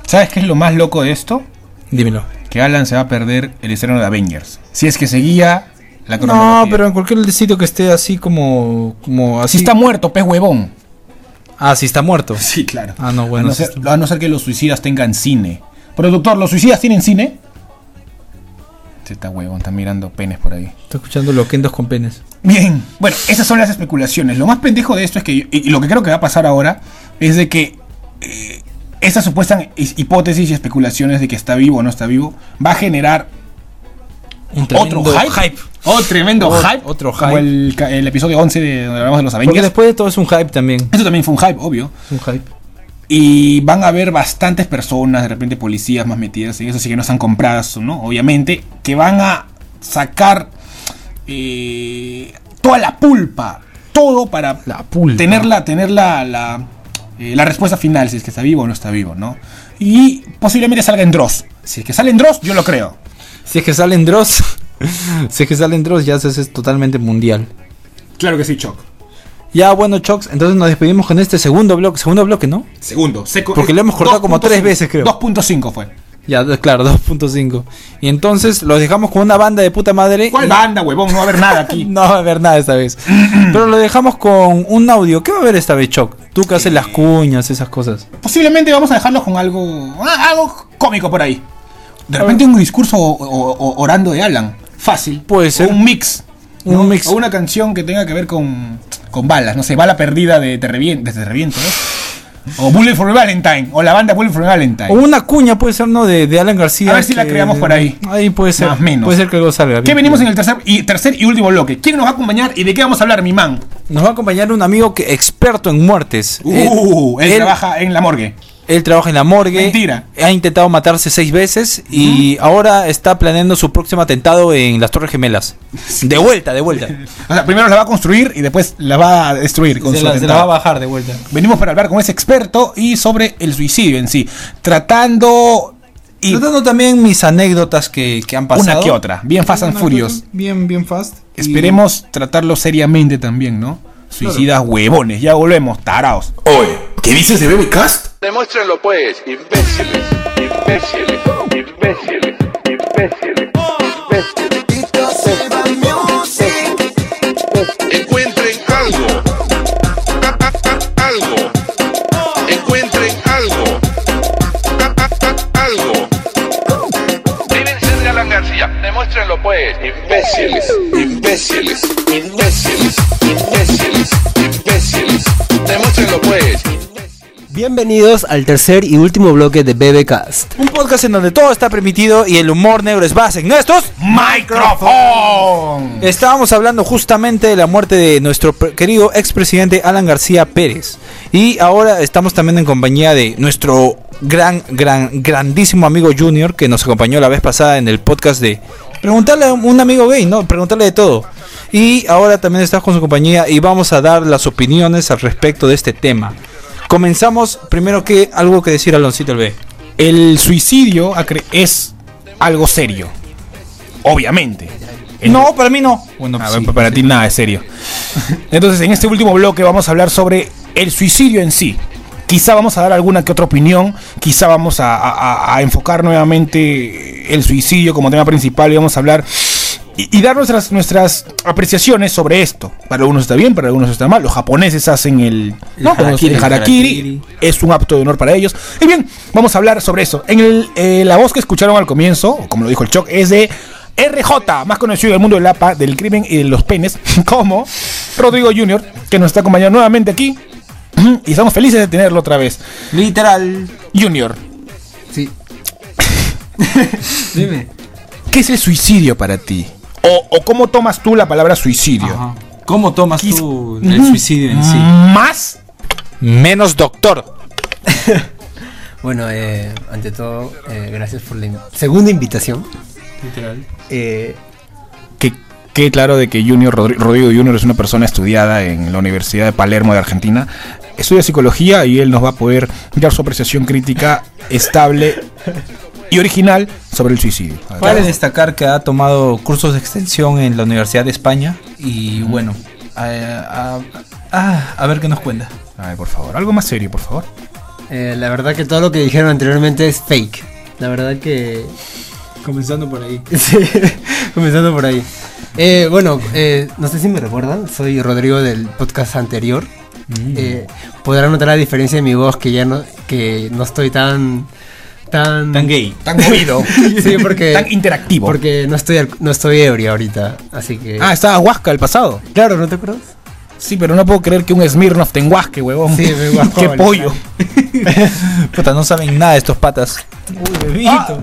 Speaker 1: ¿Sabes qué es lo más loco de esto?
Speaker 2: dímelo.
Speaker 1: Que Alan se va a perder el estreno de Avengers. Si es que seguía la cronología.
Speaker 2: No, pero en cualquier sitio que esté así como. como así.
Speaker 1: Si está muerto, pez huevón.
Speaker 2: Ah, sí está muerto.
Speaker 1: (laughs) Sí, claro.
Speaker 2: Ah, no,
Speaker 1: A
Speaker 2: bueno.
Speaker 1: no,
Speaker 2: sí
Speaker 1: ser,
Speaker 2: está-
Speaker 1: a no ser que los suicidas tengan cine. Productor, ¿los suicidas tienen cine? Se está huevón, está mirando penes por ahí.
Speaker 2: Estoy escuchando loquendos con penes.
Speaker 1: Bien, bueno, esas son las especulaciones. Lo más pendejo de esto es que, y y lo que creo que va a pasar ahora, es de que eh, esas supuestas hi- hipótesis y especulaciones de que está vivo o no está vivo, va a generar
Speaker 2: Un
Speaker 1: otro hype. Otro tremendo
Speaker 2: O-
Speaker 1: hype.
Speaker 2: otro
Speaker 1: Como
Speaker 2: hype.
Speaker 1: el, ca- el episodio 11 de donde hablamos de los
Speaker 2: Porque
Speaker 1: Avengers.
Speaker 2: después de todo es un hype también.
Speaker 1: Eso también fue un hype, obvio.
Speaker 2: Es un hype.
Speaker 1: Y van a haber bastantes personas, de repente policías más metidas en eso, así que no están compradas, ¿no? Obviamente, que van a sacar eh, toda la pulpa, todo para
Speaker 2: La pulpa.
Speaker 1: tenerla, tener la, la, eh, la respuesta final, si es que está vivo o no está vivo, ¿no? Y posiblemente salga en Dross. Si es que sale en Dross, yo lo creo.
Speaker 2: Si es que salen Dross. si es que salen Dross, ya se es totalmente mundial.
Speaker 1: Claro que sí, Choc.
Speaker 2: Ya, bueno, Chox, entonces nos despedimos con este segundo bloque. Segundo bloque, ¿no?
Speaker 1: Segundo, seco.
Speaker 2: Porque lo hemos cortado como tres
Speaker 1: 2.5,
Speaker 2: veces, creo.
Speaker 1: 2.5 fue.
Speaker 2: Ya, de- claro, (laughs) 2.5. Y entonces los dejamos con una banda de puta madre.
Speaker 1: ¿Cuál
Speaker 2: Y-
Speaker 1: banda, huevón? No va a haber nada aquí.
Speaker 2: No va a haber nada
Speaker 1: (clears throat)
Speaker 2: esta vez. Pero lo dejamos con un audio. ¿Qué va a haber esta vez, Choc? Tú que haces las
Speaker 1: Eh.
Speaker 2: cuñas, esas cosas.
Speaker 1: (laughs) Posiblemente vamos a dejarlos con algo ah, algo cómico por ahí. De repente un discurso o- o- o- orando de Alan. Fácil.
Speaker 2: Puede
Speaker 1: O
Speaker 2: ser.
Speaker 1: Un mix.
Speaker 2: Un
Speaker 1: ¿no?
Speaker 2: mix.
Speaker 1: O una canción que tenga que ver con, con balas. No sé, bala perdida de Te Reviento. De Te Reviento, ¿no? O Bullet for Valentine. O la banda Bullet for Valentine.
Speaker 2: O una cuña puede ser, ¿no? De, de Alan García.
Speaker 1: A ver si la creamos por ahí.
Speaker 2: Ahí puede ser.
Speaker 1: Más o menos.
Speaker 2: Puede ser que algo salga.
Speaker 1: ¿Qué
Speaker 2: bien.
Speaker 1: venimos en el tercer y, tercer y último bloque? ¿Quién nos va a acompañar y de qué vamos a hablar, mi man?
Speaker 2: Nos va a acompañar un amigo que, experto en muertes.
Speaker 1: Uh, él, trabaja en la morgue.
Speaker 2: él trabaja en la morgue.
Speaker 1: Mentira.
Speaker 2: Ha intentado matarse seis veces y ahora está planeando su próximo atentado en las Torres Gemelas. De vuelta,
Speaker 1: (laughs)
Speaker 2: de vuelta.
Speaker 1: O sea, primero la va a construir y después la va a destruir con
Speaker 5: Se
Speaker 1: su
Speaker 5: la, se la
Speaker 1: atentado.
Speaker 5: va a bajar de vuelta.
Speaker 1: Venimos para hablar con ese experto y sobre el suicidio en sí. Tratando y
Speaker 2: Tratando también mis anécdotas que, que han pasado.
Speaker 1: una que otra. Bien Fast and
Speaker 5: Una
Speaker 1: Furious.
Speaker 5: cosa Bien, bien fast. Y-
Speaker 1: Esperemos tratarlo seriamente también, ¿no? Suicidas huevones. Ya volvemos, taraos.
Speaker 6: Oye, ¿qué dices de Bebecast?
Speaker 7: Demuéstrenlo pues, imbéciles, imbéciles, imbéciles, imbéciles, imbéciles. Encuentren algo, A- a- a- algo, encuentren algo, A- a- a- algo. Lírense de Alan García, demuéstrenlo pues, imbéciles, imbéciles, imbéciles, imbéciles, imbéciles, demuéstrenlo pues.
Speaker 8: Bienvenidos al tercer y último bloque de BBcast.
Speaker 2: Un podcast en donde todo está permitido y el humor negro es base. En estos
Speaker 1: ¡Micrófono!
Speaker 2: estábamos hablando justamente de la muerte de nuestro pre- querido expresidente Alan García Pérez. Y ahora estamos también en compañía de nuestro gran, gran, grandísimo amigo Junior que nos acompañó la vez pasada en el podcast de preguntarle a un amigo gay, ¿no? Preguntarle de todo. Y ahora también estás con su compañía y vamos a dar las opiniones al respecto de este tema. Comenzamos primero que algo que decir Aloncito el B.
Speaker 1: El suicidio acre- es algo serio. Obviamente. El-
Speaker 2: No, para mí no.
Speaker 1: Ah, bueno, para ti nada es serio. Entonces, en este último bloque vamos a hablar sobre el suicidio en sí. Quizá vamos a dar alguna que otra opinión, quizá vamos a, a- a- a enfocar nuevamente el suicidio como tema principal y vamos a hablar y, y dar nuestras, nuestras apreciaciones sobre esto. Para algunos está bien, para algunos está mal. Los japoneses hacen el, ¿no? Como
Speaker 2: harakiri.
Speaker 1: el harakiri, es un acto de honor para ellos. Y bien, vamos a hablar sobre eso. En el, eh, la voz que escucharon al comienzo, o como lo dijo el Choc, es de RJ, más conocido del mundo del APA, del crimen y de los penes, (laughs) como Rodrigo Jr., que nos está acompañando nuevamente aquí. (clears throat) Ujú, Y estamos felices de tenerlo otra vez.
Speaker 2: Literal.
Speaker 1: Junior, (laughs)
Speaker 8: Sí. Dime.
Speaker 1: ¿qué es el suicidio para ti? O, o cómo tomas tú la palabra suicidio?
Speaker 2: Ajá.
Speaker 5: ¿Cómo tomas
Speaker 1: Quis-
Speaker 5: tú
Speaker 1: Ah.
Speaker 5: el suicidio en sí?
Speaker 1: ¿Más?
Speaker 2: Menos doctor.
Speaker 8: Bueno, eh, ante todo, eh, gracias por la in- segunda invitación.
Speaker 5: Literal.
Speaker 8: Eh,
Speaker 1: Que quede claro de que Junior Rodri- Rodrigo Junior es una persona estudiada en la Universidad de Palermo de Argentina. Estudia psicología y él nos va a poder dar su apreciación crítica estable y original sobre el suicidio.
Speaker 2: Cabe destacar que ha tomado cursos de extensión en la Universidad de España y bueno, a, a- ah, a ver qué nos cuenta.
Speaker 1: Ay, por favor, algo más serio, por favor.
Speaker 8: eh, la verdad que todo lo que dijeron anteriormente es fake. La verdad que
Speaker 5: Comenzando por ahí.
Speaker 8: (laughs) Sí, comenzando por ahí. Eh, bueno, eh, no sé si me recuerdan, soy Rodrigo del podcast anterior.
Speaker 5: Mm.
Speaker 8: Eh, podrán notar la diferencia en mi voz que ya no, que no estoy tan tan
Speaker 5: Tan gay.
Speaker 1: Tan movido,
Speaker 8: (laughs) Sí, porque-
Speaker 1: tan interactivo.
Speaker 8: porque no estoy al- no estoy ebrio ahorita, así que
Speaker 1: Ah, estaba Huasca el pasado.
Speaker 8: claro, ¿no te acuerdas?
Speaker 1: Sí, pero no puedo creer que un Smirnoff te enguasque, huevón.
Speaker 8: Sí, me
Speaker 1: (laughs)
Speaker 8: enguascó,
Speaker 1: Qué
Speaker 8: vale,
Speaker 1: pollo.
Speaker 8: claro.
Speaker 2: Puta, no saben nada de estos patas.
Speaker 1: Ah,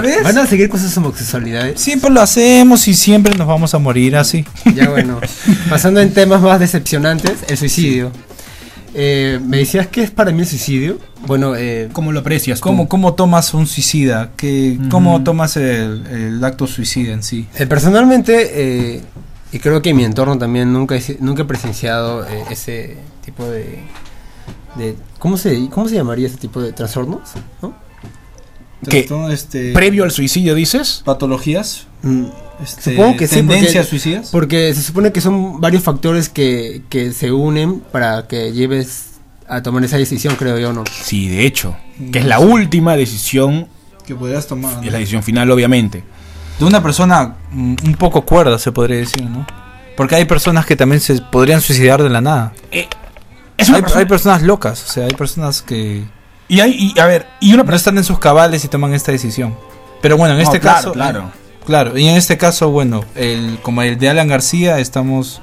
Speaker 1: ¿qué?
Speaker 2: vez?
Speaker 8: Van a seguir con sus homosexualidades.
Speaker 2: Siempre lo hacemos y siempre nos vamos a morir así.
Speaker 8: Ya (laughs) bueno, pasando en temas más decepcionantes, el suicidio. Eh, ¿Me decías qué es para mí el suicidio? Bueno, eh,
Speaker 1: ¿Cómo lo aprecias? ¿Cómo?
Speaker 2: ¿Cómo, cómo tomas un suicida? ¿Qué, ¿Cómo tomas el, el acto suicida en sí?
Speaker 8: Eh, personalmente, eh, y creo que en mi entorno también nunca he, si- nunca he presenciado eh, ese tipo de, de- ¿cómo, se, ¿Cómo se llamaría ese tipo de trastornos? ¿No?
Speaker 1: ¿Qué?
Speaker 5: Trastorno, Este,
Speaker 1: ¿Previo al suicidio dices?
Speaker 5: patologías,
Speaker 8: Mm,
Speaker 5: este,
Speaker 8: Supongo que sí, porque-
Speaker 5: tendencias suicidas.
Speaker 8: Porque se supone que son varios factores que, que se unen para que lleves a tomar esa decisión, creo yo, ¿no?
Speaker 1: Sí, de hecho. Que es la última decisión
Speaker 5: que podrías tomar.
Speaker 1: y es la decisión final, obviamente.
Speaker 2: De una persona mm, un poco cuerda, se podría decir, ¿no? Porque hay personas que también se podrían suicidar de la nada.
Speaker 1: Es una
Speaker 2: Hay,
Speaker 1: persona-
Speaker 2: hay personas locas, o sea, hay personas que
Speaker 1: y hay, y, a ver, y una
Speaker 2: no
Speaker 1: persona.
Speaker 2: están en sus cabales y toman esta decisión. Pero bueno, en este
Speaker 1: claro,
Speaker 2: caso,
Speaker 1: claro.
Speaker 2: claro, y en este caso, bueno, el, como el de Alan García, estamos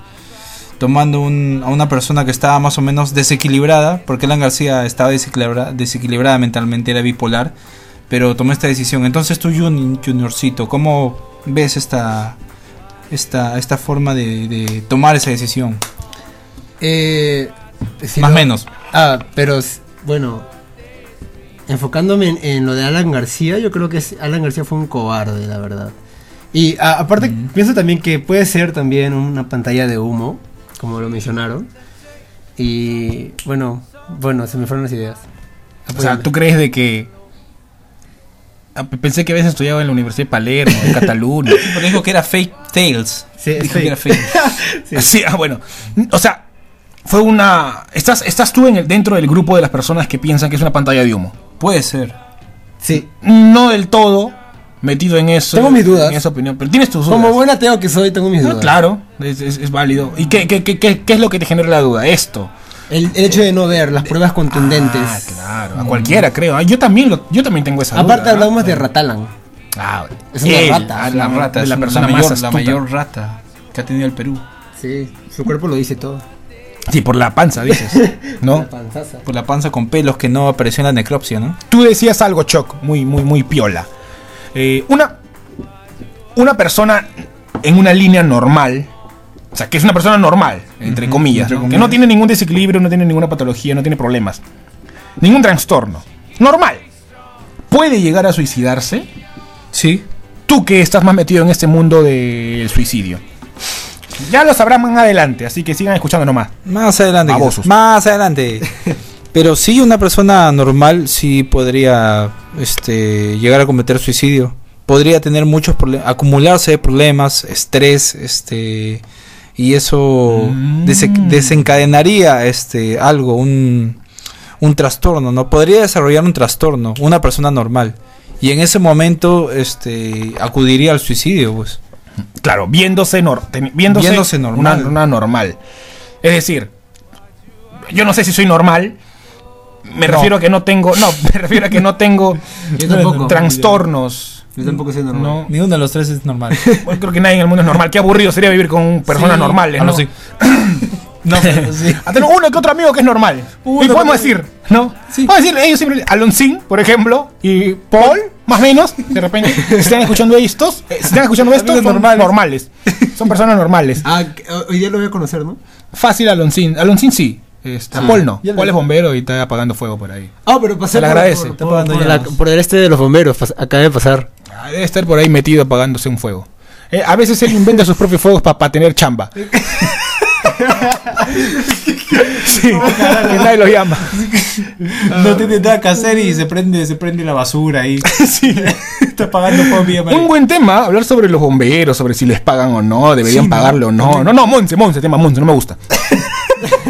Speaker 2: tomando un- a una persona que estaba más o menos desequilibrada, porque Alan García estaba desequilibra- desequilibrada mentalmente, era bipolar, pero tomó esta decisión. Entonces tú, Jun- Juniorcito, ¿cómo ves esta, esta, esta forma de, de tomar esa decisión?
Speaker 8: Eh, si
Speaker 2: más o
Speaker 8: lo-
Speaker 2: menos.
Speaker 8: Ah, pero s- bueno, enfocándome en, en lo de Alan García, yo creo que es- Alan García fue un cobarde, la verdad. Y a- aparte, pienso también que puede ser también una pantalla de humo, como lo mencionaron. Y bueno, bueno, se me fueron las ideas.
Speaker 1: O sea, ¿tú crees de que... Ah, pe- Pensé que habías estudiado en la Universidad de Palermo, de Cataluña.
Speaker 2: Pero dijo que era fake tales.
Speaker 8: Sí, es
Speaker 2: dijo
Speaker 8: fake.
Speaker 2: que era
Speaker 1: (laughs)
Speaker 2: fake.
Speaker 1: Sí. ah, bueno. O sea, fue una... Estás, estás tú en el, dentro del grupo de las personas que piensan que es una pantalla de humo.
Speaker 2: Puede ser.
Speaker 8: Sí,
Speaker 1: No del todo metido en eso.
Speaker 8: Tengo mis dudas.
Speaker 1: En esa opinión. Pero tienes tus dudas.
Speaker 8: como buen ateo que soy, tengo mis
Speaker 1: Ah,
Speaker 8: dudas.
Speaker 1: claro, es, es- es válido. ¿Y qué, qué- qué- qué- qué es lo que te genera la duda? Esto.
Speaker 8: El, el hecho de no ver las pruebas contundentes.
Speaker 1: Ah, claro. A cualquiera, creo. Ah, Yo también, lo- yo también tengo esa
Speaker 8: Aparte,
Speaker 1: duda. ¿no?
Speaker 8: hablamos de Ratalan.
Speaker 1: Ah,
Speaker 8: Es una
Speaker 1: él,
Speaker 8: rata,
Speaker 1: ah,
Speaker 8: es
Speaker 1: la
Speaker 8: una
Speaker 1: rata.
Speaker 2: es
Speaker 1: es la
Speaker 2: una-
Speaker 1: persona
Speaker 2: mayor,
Speaker 1: más
Speaker 2: la
Speaker 1: astuta.
Speaker 2: mayor rata que ha tenido el Perú.
Speaker 8: Sí, su cuerpo lo dice todo.
Speaker 1: Sí, por la panza, dices. ¿No?
Speaker 8: La panzaza.
Speaker 2: Por la panza con pelos que no apareció en la necropsia, ¿no?
Speaker 1: (laughs) Tú decías algo, Choc, muy, muy, muy piola. Eh, una, una persona en una línea normal, o sea, que es una persona normal, entre comillas, ¿no? que no tiene ningún desequilibrio, no tiene ninguna patología, no tiene problemas, ningún trastorno, normal, puede llegar a suicidarse.
Speaker 2: Sí.
Speaker 1: Tú que estás más metido en este mundo del suicidio. Ya lo sabrán más adelante, así que sigan escuchando nomás.
Speaker 2: Más adelante.
Speaker 1: Babosos.
Speaker 2: quizás. Más (laughs) adelante. Pero sí, una persona normal sí podría este, llegar a cometer suicidio. Podría tener muchos problemas, acumularse de problemas, estrés, este, y eso dese- desencadenaría este, algo, un, un trastorno, ¿no? Podría desarrollar un trastorno, una persona normal. Y en ese momento este, acudiría al suicidio, pues.
Speaker 1: Claro, viéndose, nor- teni- viéndose,
Speaker 2: Viéndose normal.
Speaker 1: Una, una normal. Es decir, yo no sé si soy normal. Me refiero a que no tengo. No, me refiero a que no tengo
Speaker 8: Yo tampoco.
Speaker 1: trastornos.
Speaker 8: Yo tampoco soy normal.
Speaker 1: No,
Speaker 2: Ninguno de los tres es (laughs) normal.
Speaker 1: Yo creo que nadie en el mundo es normal. Qué aburrido sería vivir con personas
Speaker 2: Sí.
Speaker 1: normales.
Speaker 2: Ah,
Speaker 1: ¿no? (laughs)
Speaker 2: no, sí. No, sí.
Speaker 1: Ah, tengo uno que otro amigo que es normal. y podemos decir, ¿no? Podemos decir, ellos siempre. Alonsín, por ejemplo, y Paul, más o menos, de repente. (laughs) si están escuchando estos, eh, si están escuchando estos, son
Speaker 2: Amigos
Speaker 1: normales. Son personas
Speaker 8: (laughs)
Speaker 1: normales.
Speaker 8: Ah, que- hoy día lo voy a conocer, ¿no?
Speaker 1: Fácil Alonsín. Alonsín sí.
Speaker 2: Ah.
Speaker 1: Este,
Speaker 8: Sí.
Speaker 1: Paul no.
Speaker 8: Ya lo
Speaker 1: Paul
Speaker 8: vi.
Speaker 1: es bombero y está apagando fuego por ahí.
Speaker 8: Ah, pero pasé
Speaker 1: Se le
Speaker 8: por-
Speaker 1: agradece.
Speaker 8: por-
Speaker 1: Está
Speaker 8: por-
Speaker 2: pagando
Speaker 8: por
Speaker 2: ya.
Speaker 8: la- por el este de los bomberos, pas- acabé de pasar.
Speaker 1: Ah, Debe estar por ahí metido apagándose un fuego. Eh, a veces él inventa sus propios fuegos para tener
Speaker 2: (laughs)
Speaker 1: chamba. sí, que nadie lo llama.
Speaker 2: No tiene nada que hacer y se prende, se prende la basura ahí.
Speaker 1: (laughs) Sí.
Speaker 2: (laughs) Está pagando por vía
Speaker 1: Un buen tema, hablar sobre los bomberos, sobre si les pagan o no, deberían pagarle o no. No, no, Monse, Monse, tema Monse, no me gusta.
Speaker 2: (laughs)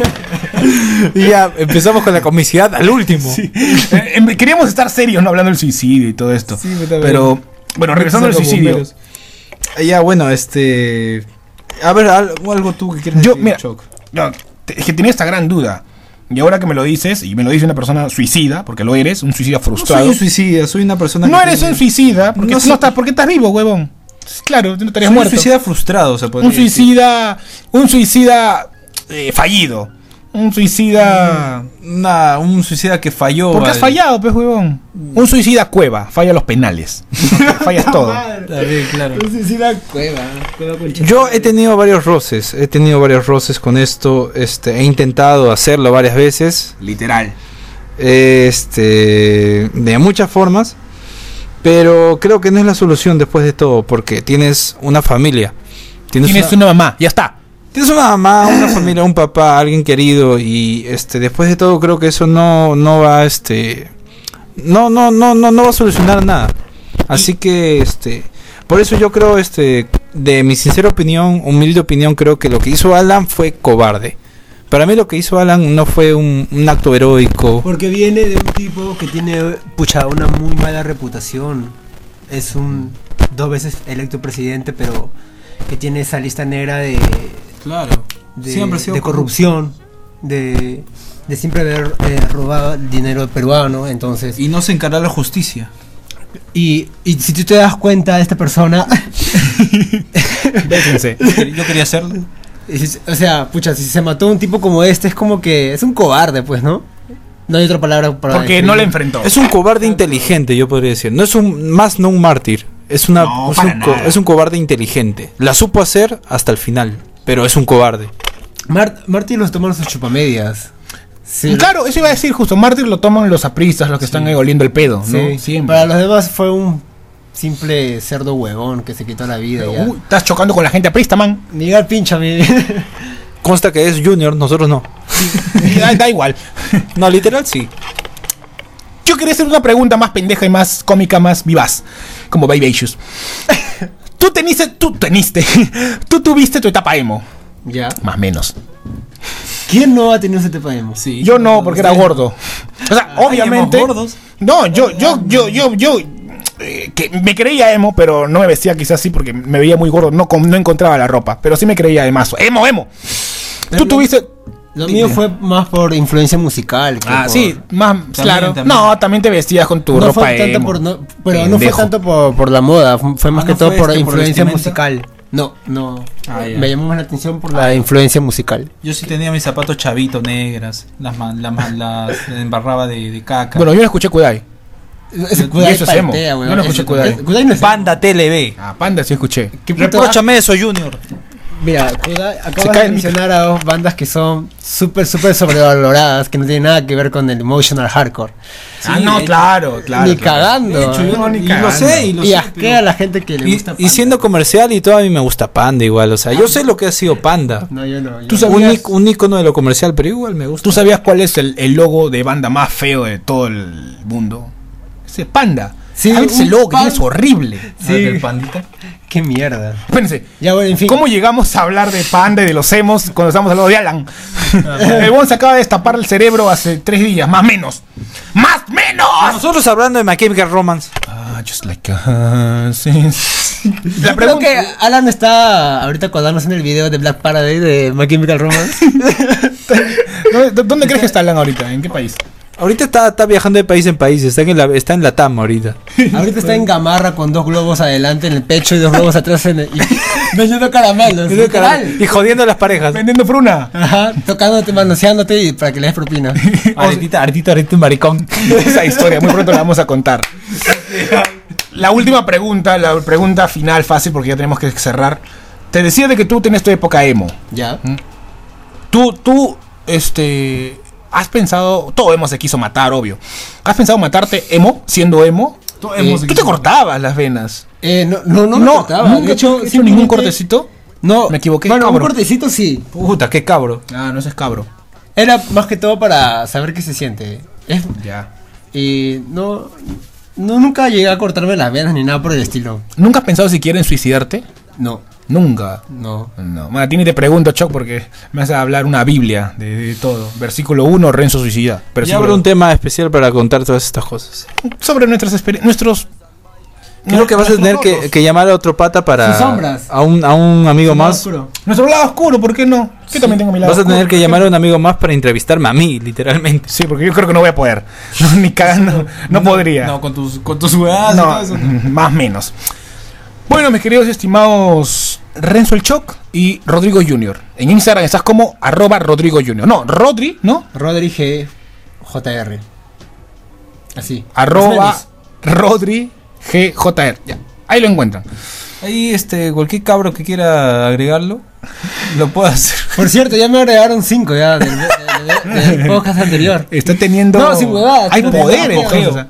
Speaker 2: Y ya empezamos con la comicidad al último.
Speaker 1: Eh, em, Queríamos estar serios, no hablando del suicidio y todo esto.
Speaker 2: Sí, pero-
Speaker 1: pero, bueno, regresando al
Speaker 2: Los
Speaker 1: suicidio.
Speaker 2: bomberos. Ah, Ya, bueno, este. A ver, al- algo tú que quieres
Speaker 1: Yo,
Speaker 2: decir,
Speaker 1: mira,
Speaker 2: Choc.
Speaker 1: no, te- es que tenía esta gran duda. Y ahora que me lo dices, y me lo dice una persona suicida, porque lo eres, un suicida
Speaker 2: No
Speaker 1: frustrado.
Speaker 2: soy
Speaker 1: No,
Speaker 2: un suicida, soy una persona. que
Speaker 1: eres
Speaker 2: tiene-
Speaker 1: un suicida, porque
Speaker 2: No
Speaker 1: no,
Speaker 2: soy-
Speaker 1: estás, porque estás vivo, huevón. Claro, tú no
Speaker 2: Soy
Speaker 1: estarías
Speaker 2: un
Speaker 1: muerto.
Speaker 2: suicida frustrado, se podría
Speaker 1: un suicida, un suicida eh, fallido. Un suicida.
Speaker 2: decir. Una- un suicida que falló.
Speaker 1: Porque has
Speaker 2: al-
Speaker 1: fallado, pues, huevón.
Speaker 2: Mm.
Speaker 1: Un suicida cueva, falla los
Speaker 2: (laughs)
Speaker 1: penales. Fallas todo.
Speaker 8: Ah,
Speaker 2: También, claro.
Speaker 8: cueva, cueva con
Speaker 2: Yo he tenido varios roces, he tenido varios roces con esto, este, he intentado hacerlo varias veces,
Speaker 1: Literal.
Speaker 2: este, de muchas formas, pero creo que no es la solución después de todo, porque tienes una familia, tienes,
Speaker 1: Tienes
Speaker 2: una,
Speaker 1: una mamá, ya está.
Speaker 2: tienes una mamá, una familia, un papá, alguien querido y este, después de todo creo que eso no, no va, este, no, no, no, no, no va a solucionar nada. Así que, este, por eso yo creo, este, de mi sincera opinión, humilde opinión, creo que lo que hizo Alan fue cobarde. Para mí lo que hizo Alan no fue un, un acto heroico.
Speaker 8: Porque viene de un tipo que tiene, pucha, una muy mala reputación. Es un dos veces electo presidente, pero que tiene esa lista negra de,
Speaker 2: Claro.
Speaker 8: de, de corrupción, de, de siempre haber eh, robado el dinero peruano. Entonces,
Speaker 2: Y no se encarga la justicia.
Speaker 8: y, y si (laughs) tú te das cuenta, esta persona
Speaker 2: (laughs)
Speaker 1: Déjense.
Speaker 2: Yo quería hacerlo.
Speaker 8: Y si- O sea, pucha, si se mató un tipo como este, es como que es un cobarde, pues, ¿no? No hay otra palabra para
Speaker 1: Porque no la
Speaker 8: definirlo.
Speaker 1: enfrentó.
Speaker 2: (laughs) Es un cobarde inteligente, yo podría decir. No es un más no un mártir. Es una
Speaker 1: No,
Speaker 2: es,
Speaker 1: para
Speaker 2: un, co-
Speaker 1: nada.
Speaker 2: es un cobarde inteligente. La supo hacer hasta el final, pero es un cobarde.
Speaker 8: Mar- Martín los tomaron sus chupamedias. Sí.
Speaker 1: Claro, eso iba a decir justo. Mártir lo toman los apristas, los que están ahí oliendo el pedo,
Speaker 8: Sí.
Speaker 1: ¿no? Siempre.
Speaker 8: Para los demás fue un simple cerdo huevón que se quitó la vida. ya.
Speaker 1: Uy, estás chocando con la gente aprista, man. (laughs)
Speaker 8: Miguel pincha (laughs) mi.
Speaker 2: Consta que es junior, nosotros no.
Speaker 1: da, da igual.
Speaker 2: No, literal sí.
Speaker 1: Yo quería hacer una pregunta más pendeja y más cómica, más vivaz. Como Baby Issues. (laughs) Tú teniste, tú teniste, (laughs) tú tuviste tu etapa emo,
Speaker 8: ya.
Speaker 1: más o menos.
Speaker 8: ¿Quién no ha tenido ese tipo de emo?
Speaker 1: Yo no, Ah, porque era gordo. O sea, obviamente.
Speaker 2: emos gordos.
Speaker 1: No, yo, yo, yo, yo, yo. eh, Que me creía emo, pero no me vestía quizás así porque me veía muy gordo, no, com- no encontraba la ropa, pero sí me creía de mazo. Emo, emo. Tú tuviste.
Speaker 8: Lo mío fue más por influencia musical. que
Speaker 1: Ah,
Speaker 8: por-
Speaker 1: sí, más claro.
Speaker 2: también.
Speaker 1: No, también te vestías con tu
Speaker 8: No
Speaker 1: ropa
Speaker 8: fue tanto
Speaker 1: emo.
Speaker 8: por, no- pero no fue
Speaker 1: Pendejo.
Speaker 8: tanto por, por la moda, fu- fue más
Speaker 2: Ah,
Speaker 8: que
Speaker 2: ¿no
Speaker 8: todo
Speaker 2: fue
Speaker 8: por
Speaker 2: este, por
Speaker 8: influencia
Speaker 2: vestimenta?
Speaker 8: musical. No, no.
Speaker 2: Ah, ya.
Speaker 8: Me llamó más la atención por
Speaker 1: Ah.
Speaker 8: la influencia musical.
Speaker 2: Yo sí tenía mis zapatos chavitos negras, las las, embarraba de, caca.
Speaker 1: Bueno, yo no escuché Kudai.
Speaker 8: Ese
Speaker 1: Y eso es
Speaker 8: paltea,
Speaker 1: emo.
Speaker 8: weón.
Speaker 1: Yo no escuché
Speaker 8: Ese-
Speaker 1: Kudai.
Speaker 8: Kudai no es
Speaker 2: Panda TLB.
Speaker 1: Ah, Panda sí escuché.
Speaker 8: ¿Qué puto-
Speaker 2: Reprochame eso, Junior.
Speaker 8: Mira, Kudai,
Speaker 1: Se
Speaker 8: acabas
Speaker 1: cae
Speaker 8: de
Speaker 1: el
Speaker 8: mencionar a dos bandas que son súper, súper sobrevaloradas, que no tienen nada que ver con el emotional hardcore.
Speaker 1: ah, no, claro, claro.
Speaker 8: ni
Speaker 1: claro.
Speaker 8: cagando. weón.
Speaker 1: no, ni
Speaker 2: y
Speaker 1: cagando.
Speaker 2: lo sé, y lo
Speaker 8: Y
Speaker 2: sé,
Speaker 8: asquea a la gente que le
Speaker 2: Y,
Speaker 8: gusta.
Speaker 2: y siendo comercial y todo, a mí me gusta Panda igual. O sea, yo sé lo que ha sido Panda.
Speaker 8: No, yo no. yo
Speaker 1: Tú
Speaker 8: no.
Speaker 1: sabías-
Speaker 2: Un, ic- un icono de lo comercial, pero igual me gusta.
Speaker 1: ¿Tú sabías cuál es el, el logo de banda más feo de todo el mundo? Ese panda.
Speaker 8: Sí,
Speaker 1: A ver ese
Speaker 8: un
Speaker 1: logo que
Speaker 8: pan-
Speaker 1: es horrible.
Speaker 8: Sí. del
Speaker 2: pandita?
Speaker 8: Qué mierda.
Speaker 1: Espérense.
Speaker 8: Ya, bueno, en fin.
Speaker 1: ¿Cómo llegamos a hablar de panda y de los emos cuando estamos hablando de Alan? (laughs) el bon se acaba de destapar el cerebro hace tres días, más menos. ¡Más menos!
Speaker 2: Nosotros hablando de My Chemical Romance.
Speaker 1: Ah, just like a- La
Speaker 8: Yo creo
Speaker 1: pregunta
Speaker 8: que Alan está ahorita acordándose en el video de Black Paradise de My Chemical Romance.
Speaker 1: (laughs) ¿Dónde, dónde crees que está Alan ahorita? ¿En qué país?
Speaker 2: Ahorita está, está viajando de país en país. Está en la, está en la TAM (laughs) ahorita.
Speaker 8: ahorita está en gamarra con dos globos adelante en el pecho y dos globos atrás en el. Y (laughs)
Speaker 1: (laughs)
Speaker 8: vendiendo caramelos. literal.
Speaker 2: Y jodiendo a las parejas.
Speaker 1: Vendiendo fruna.
Speaker 8: Ajá, tocándote, manoseándote y para que le
Speaker 1: (laughs)
Speaker 8: des propina.
Speaker 2: Aretita, aretita, aretita, maricón.
Speaker 1: Esa historia muy pronto la vamos a contar. La última pregunta, la pregunta final fácil porque ya tenemos que cerrar. Te decía de que tú tienes tu época emo.
Speaker 8: Ya.
Speaker 1: Mm. Tú, tú, este, has pensado, todo emo se quiso matar, obvio. ¿Has pensado matarte emo, siendo emo?
Speaker 8: emo
Speaker 1: Eh,
Speaker 8: se
Speaker 1: tú te cortabas las venas.
Speaker 8: Eh, no, no, no, me cortaba,
Speaker 1: nunca
Speaker 8: de hecho,
Speaker 1: he hecho ningún
Speaker 8: simplemente-
Speaker 1: cortecito.
Speaker 8: No,
Speaker 1: Me equivoqué,
Speaker 8: Bueno, un
Speaker 1: cabro.
Speaker 8: cortecito sí.
Speaker 2: Puta, qué cabro.
Speaker 1: Ah, no seas cabro.
Speaker 8: Era más que todo para saber qué se siente. Es-
Speaker 1: Ya.
Speaker 8: y no, no. Nunca llegué a cortarme las venas ni nada por el estilo.
Speaker 1: ¿Nunca has pensado si quieren suicidarte?
Speaker 8: No,
Speaker 1: Nunca.
Speaker 8: no.
Speaker 1: No, bueno, a ti ni te pregunto, Choc, porque me vas a hablar una Biblia de, de todo. Versículo 1, Renzo suicida.
Speaker 2: Ya
Speaker 1: Versículo
Speaker 2: habrá un
Speaker 1: dos.
Speaker 2: tema especial para contar todas estas cosas.
Speaker 1: sobre nuestras experien- nuestros
Speaker 2: Creo que vas a tener
Speaker 1: nuestros
Speaker 2: que,
Speaker 1: logros.
Speaker 2: que llamar a otro pata para.
Speaker 8: Sus sombras.
Speaker 2: A un, a un amigo más.
Speaker 8: Oscuro.
Speaker 1: Nuestro lado oscuro, ¿por qué no? Yo también tengo mi lado
Speaker 2: Vas a tener
Speaker 1: oscuro.
Speaker 2: que llamar a un amigo más para entrevistarme a mí, literalmente.
Speaker 1: Sí, porque yo creo que no voy a poder. (laughs) ni cagando. No, podría.
Speaker 2: con tus, con tus weas
Speaker 1: No, (laughs) más menos. Bueno, mis queridos y estimados Renzo el Choc y Rodrigo Junior. En Instagram estás como arroba Rodrigo Junior. No, Rodri, ¿no?
Speaker 8: Rodri G. JR. Así.
Speaker 1: Arroba Rodri GJR. Ya, Ahí lo encuentran.
Speaker 2: Ahí, este, cualquier cabro que quiera agregarlo, lo puede hacer.
Speaker 8: Por cierto, ya me agregaron 5 ya del, del- del-
Speaker 1: (laughs)
Speaker 8: del podcast anterior.
Speaker 1: Está teniendo.
Speaker 8: No, sin huevadas,
Speaker 1: Hay
Speaker 8: pero
Speaker 1: poder,
Speaker 8: tenemos
Speaker 1: entonces.
Speaker 8: apogeo.
Speaker 1: o sea,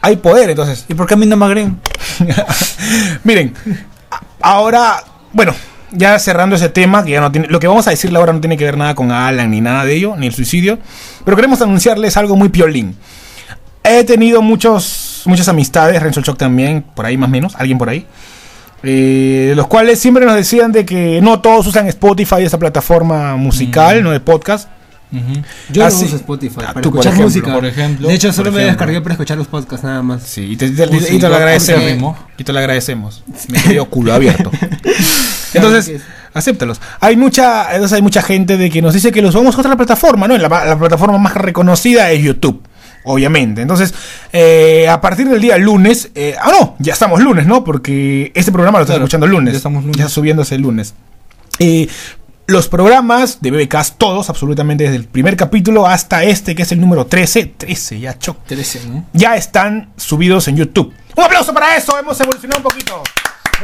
Speaker 1: hay poder, entonces.
Speaker 2: ¿Y por qué a mí no me agregan?
Speaker 1: (laughs) Miren, a- ahora, bueno, ya cerrando ese tema, que ya no tiene. Lo que vamos a decirle ahora no tiene que ver nada con Alan, ni nada de ello, ni el suicidio. Pero queremos anunciarles algo muy piolín. He tenido muchos, muchas amistades, Renzo Choc también, por ahí más o menos, alguien por ahí. eh, los cuales siempre nos decían de que no todos usan Spotify, esa plataforma musical, no de podcast.
Speaker 8: Mm. Yo
Speaker 1: Así.
Speaker 8: no uso Spotify
Speaker 1: Ah,
Speaker 8: para
Speaker 1: tú, por
Speaker 8: escuchar
Speaker 1: ejemplo,
Speaker 8: música.
Speaker 2: por ejemplo,
Speaker 8: de hecho,
Speaker 2: por
Speaker 8: solo me
Speaker 2: ejemplo.
Speaker 8: descargué para escuchar los podcasts nada más.
Speaker 1: Sí, y te, te-
Speaker 2: Pues
Speaker 1: y
Speaker 2: sí,
Speaker 1: te lo
Speaker 2: yo
Speaker 1: agradecemos.
Speaker 2: porque remo.
Speaker 1: Y te lo agradecemos. Me querido culo
Speaker 2: (laughs)
Speaker 1: abierto. Entonces, acéptalos. Hay mucha, entonces hay mucha gente de que nos dice que los vamos a otra plataforma, ¿no? La, la plataforma más reconocida es YouTube. Obviamente. Entonces, eh, a partir del día lunes. eh, ah, no, ya estamos lunes, ¿no? Porque este programa lo estás
Speaker 2: Claro,
Speaker 1: escuchando el lunes.
Speaker 2: ya estamos lunes.
Speaker 1: Ya subiéndose el lunes. Eh, los programas de BBCast, todos, absolutamente desde el primer capítulo hasta este, que es el número 13. 13, ya choc. 13, Ya están subidos en YouTube. Un aplauso para eso, hemos evolucionado un poquito.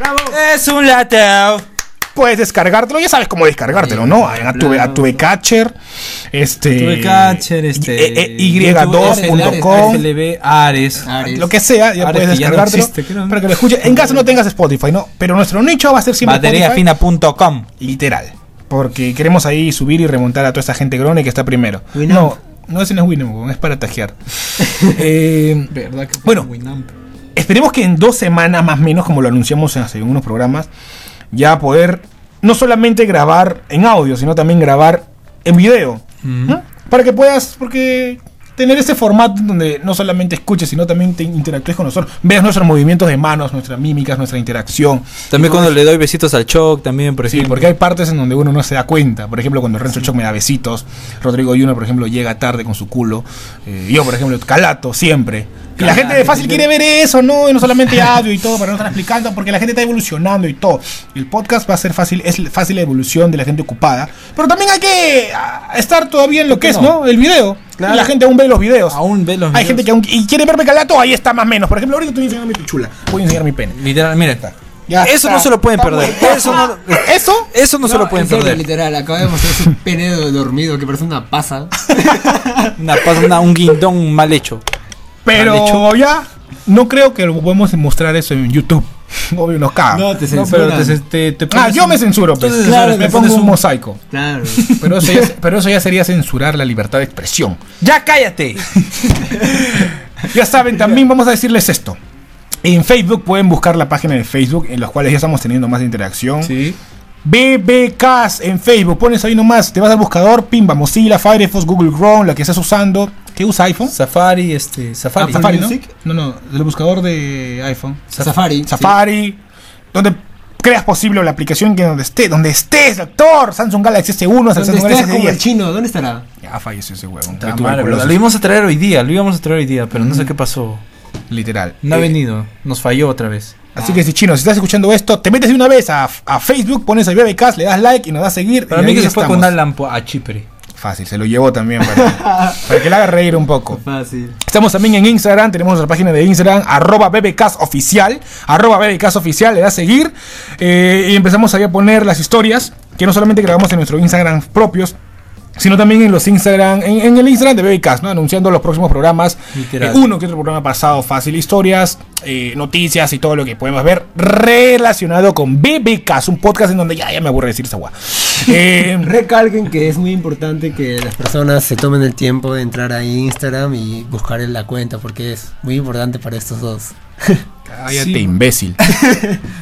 Speaker 1: Bravo.
Speaker 2: Es un lateo.
Speaker 1: Puedes descargártelo, ya sabes cómo descargártelo, ¿no? A, a tu, a tu Becatcher, este.
Speaker 2: Eh, Catcher, este.
Speaker 1: y- y- Y2.com.
Speaker 2: SLB Ares.
Speaker 8: Ares.
Speaker 1: Lo que sea, ya
Speaker 2: Ahora
Speaker 1: puedes
Speaker 2: que ya no
Speaker 1: descargártelo
Speaker 2: existe, creo.
Speaker 1: para que lo escuches. En caso no tengas Spotify, ¿no? Pero nuestro nicho va a ser siempre Spotify.
Speaker 2: Bateriafina.com.
Speaker 1: Literal. Porque queremos ahí subir y remontar a toda esta gente grone que está primero.
Speaker 8: Winamp.
Speaker 1: No, no ese no es Winamp, weón, es para
Speaker 2: (laughs)
Speaker 1: tajear. Eh, bueno, esperemos que en dos semanas más o menos, como lo anunciamos hace unos programas, ya poder no solamente grabar en audio, sino también grabar en video. ¿no? Para que puedas, porque tener ese formato donde no solamente escuches, sino también te interactúes con nosotros, veas nuestros movimientos de manos, nuestras mímicas, nuestra interacción,
Speaker 2: También cuando le doy besitos al Choc, también, por
Speaker 1: Sí,
Speaker 2: ejemplo.
Speaker 1: porque hay partes en donde uno no se da cuenta. Por ejemplo, cuando Renzo Choc me da besitos, Rodrigo Yuno, por ejemplo, llega tarde con su culo. Eh, yo, por ejemplo, calato siempre. Y la gente de fácil quiere ver eso, ¿no? Y no solamente audio y todo, para no estar explicando, porque la gente está evolucionando y todo. Y el podcast va a ser fácil, es fácil la evolución de la gente ocupada. Pero también hay que ah, estar todavía en lo que es, ¿no? El video.
Speaker 2: Claro.
Speaker 1: La gente aún ve los videos.
Speaker 2: Aún ve los
Speaker 1: Hay
Speaker 2: videos.
Speaker 1: gente que aún y quiere verme calato, ahí está más o menos. Por ejemplo, ahorita estoy enseñando mi pichula. Voy a enseñar mi pene.
Speaker 2: Literal, mira.
Speaker 1: Ya
Speaker 2: Eso no
Speaker 1: está.
Speaker 2: se lo pueden
Speaker 1: Está
Speaker 2: perder.
Speaker 1: bueno.
Speaker 2: Eso no,
Speaker 1: (laughs) ¿Eso?
Speaker 2: eso no, se lo pueden
Speaker 8: en serio,
Speaker 2: perder.
Speaker 8: literal, acaba de mostrar su pene de dormido que parece una
Speaker 1: (laughs)
Speaker 8: pasa.
Speaker 2: Una, pasa una- un guindón mal hecho. Mal
Speaker 1: Pero
Speaker 2: hecho.
Speaker 1: ya, no creo que lo podemos mostrar eso en YouTube. (laughs) Obvio, nos caga. ah, yo me censuro, pues.
Speaker 2: Entonces, claro,
Speaker 1: me
Speaker 2: te
Speaker 1: pongo
Speaker 2: pones
Speaker 1: un,
Speaker 2: un-
Speaker 1: mosaico.
Speaker 8: Claro.
Speaker 1: Pero eso, ya, pero eso ya sería censurar la libertad de expresión.
Speaker 2: ¡Ya cállate!
Speaker 1: Ya saben, también vamos a decirles esto. En Facebook pueden buscar la página de Facebook, en las cuales ya estamos teniendo más interacción.
Speaker 2: (laughs) Sí.
Speaker 1: BBKs en Facebook, pones ahí nomás, te vas al buscador, pimba, Mozilla, Firefox, Google Chrome, la que estás usando. ¿Qué usa iPhone?
Speaker 2: Safari, este. Safari.
Speaker 1: Ah, Safari, ¿no? No, no, del buscador de iPhone.
Speaker 8: Safari, sí.
Speaker 1: Safari. Donde creas posible la aplicación que donde esté, donde estés, doctor. Samsung Galaxy S1, hasta el
Speaker 8: ¿Dónde
Speaker 1: Samsung
Speaker 8: está
Speaker 1: Galaxy
Speaker 8: como el
Speaker 1: S10.
Speaker 8: chino? ¿Dónde estará?
Speaker 1: Ya falleció ese huevón.
Speaker 2: Puta
Speaker 1: de
Speaker 2: Ah, madre,
Speaker 1: tuberculosis,
Speaker 2: bro. Lo íbamos a traer hoy día, lo íbamos a traer hoy día, pero no sé qué pasó.
Speaker 1: Literal.
Speaker 2: No ha
Speaker 1: Eh,
Speaker 2: venido, nos falló otra vez.
Speaker 1: Así que si chino, si estás escuchando esto, te metes de una vez a, a Facebook, pones el BBK, le das like y nos das seguir.
Speaker 2: Para
Speaker 1: y
Speaker 2: mí
Speaker 1: ahí
Speaker 2: que se fue
Speaker 1: estamos.
Speaker 2: con Alan po- a Chipre.
Speaker 1: Fácil, se lo llevó también para, (laughs) para que le haga reír un poco.
Speaker 8: Fácil.
Speaker 1: Estamos también en Instagram, tenemos nuestra página de Instagram, arroba BBCast oficial, arroba BBCast oficial, le das seguir eh, y empezamos ahí a poner las historias que no solamente grabamos en nuestro Instagram propios, sino también en los Instagram, en, en el Instagram de BBCast, ¿no? anunciando los próximos programas,
Speaker 2: Literal.
Speaker 1: eh, uno que otro programa pasado, fácil, historias, eh, noticias y todo lo que podemos ver relacionado con BBCast, un podcast en donde ya, ya me aburre decir esa guá. Eh,
Speaker 8: Recalquen que es muy importante que las personas se tomen el tiempo de entrar a Instagram y buscar en la cuenta porque es muy importante para estos dos.
Speaker 1: cállate, imbécil.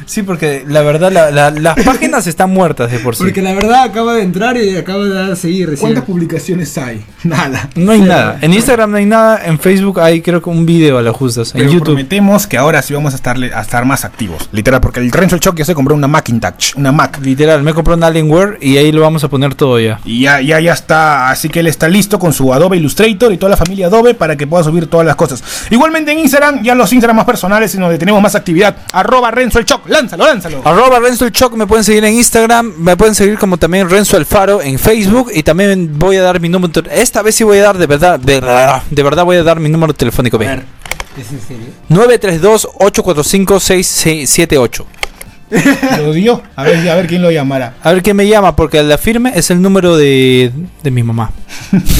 Speaker 2: Sí, porque la verdad la- la- las páginas están muertas de por sí.
Speaker 8: Porque la verdad acaba de entrar y acaba de dar seguir recién.
Speaker 1: publicaciones hay? (laughs) Nada.
Speaker 2: No hay nada. En Instagram no hay nada, en Facebook hay creo que un video a las justas. En
Speaker 1: Pero
Speaker 2: YouTube.
Speaker 1: prometemos que ahora sí vamos a estar, a estar más activos. Literal, porque el Renzo el Choc ya se compró una Macintosh, una Mac.
Speaker 2: Literal, me compré un Alienware y ahí lo vamos a poner todo ya.
Speaker 1: Y ya, ya, ya está, así que él está listo con su Adobe Illustrator y toda la familia Adobe para que pueda subir todas las cosas. Igualmente en Instagram, ya los Instagram más personales en donde tenemos más actividad. Arroba Renzo el Choc, lánzalo, lánzalo.
Speaker 2: Arroba Renzo el Choc, me pueden seguir en Instagram, me pueden seguir como también Renzo el Faro en Facebook y también voy a dar mi número, esta vez sí voy a dar de verdad, de, verdad- de verdad voy a dar mi número telefónico.
Speaker 8: A
Speaker 2: ve.
Speaker 8: ver, ¿es en serio?
Speaker 2: 932-845-6678.
Speaker 1: Ah, Lo dio. A ver, a ver quién lo llamará.
Speaker 2: A ver quién me llama, porque la firme es el número de, de mi mamá.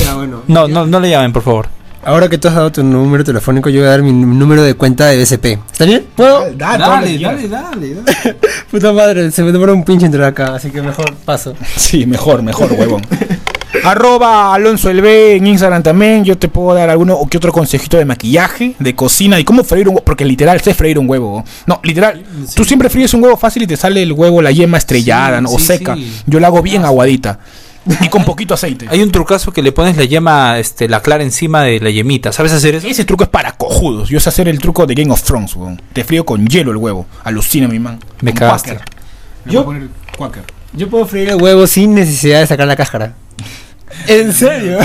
Speaker 8: Ya, bueno.
Speaker 2: No, no, no le llamen, por favor.
Speaker 8: Ahora que tú has dado tu número telefónico, yo voy a dar mi n- número de cuenta de BCP. ¿Está bien? ¿Puedo?
Speaker 1: Dale, dale.
Speaker 2: dale,
Speaker 8: (laughs) Puta madre, se me demora un pinche entrar acá, así que mejor paso.
Speaker 1: Sí, mejor, mejor, huevón. (laughs) Arroba Alonso el B en Instagram también. Yo te puedo dar alguno o que otro consejito de maquillaje, de cocina y cómo freír un huevo. Porque literal, sé freír un huevo. No, literal. Tú siempre fríes un huevo fácil y te sale el huevo, la yema estrellada
Speaker 2: Sí,
Speaker 1: ¿no? o
Speaker 2: sí,
Speaker 1: seca.
Speaker 2: sí.
Speaker 1: Yo la hago bien aguadita. Y con poquito aceite.
Speaker 2: Hay un trucazo que le pones la yema, este, la clara encima de la yemita. ¿Sabes hacer eso?
Speaker 1: Ese truco es para cojudos. Yo sé hacer el truco de Game of Thrones, huevón. Te frío con hielo el huevo. Alucina, mi man.
Speaker 2: Me
Speaker 1: Con
Speaker 2: cagaste.
Speaker 1: Quaker.
Speaker 8: Yo-
Speaker 1: voy a poner Quaker.
Speaker 8: Yo puedo freír el huevo sin necesidad de sacar la cáscara. ¿En serio?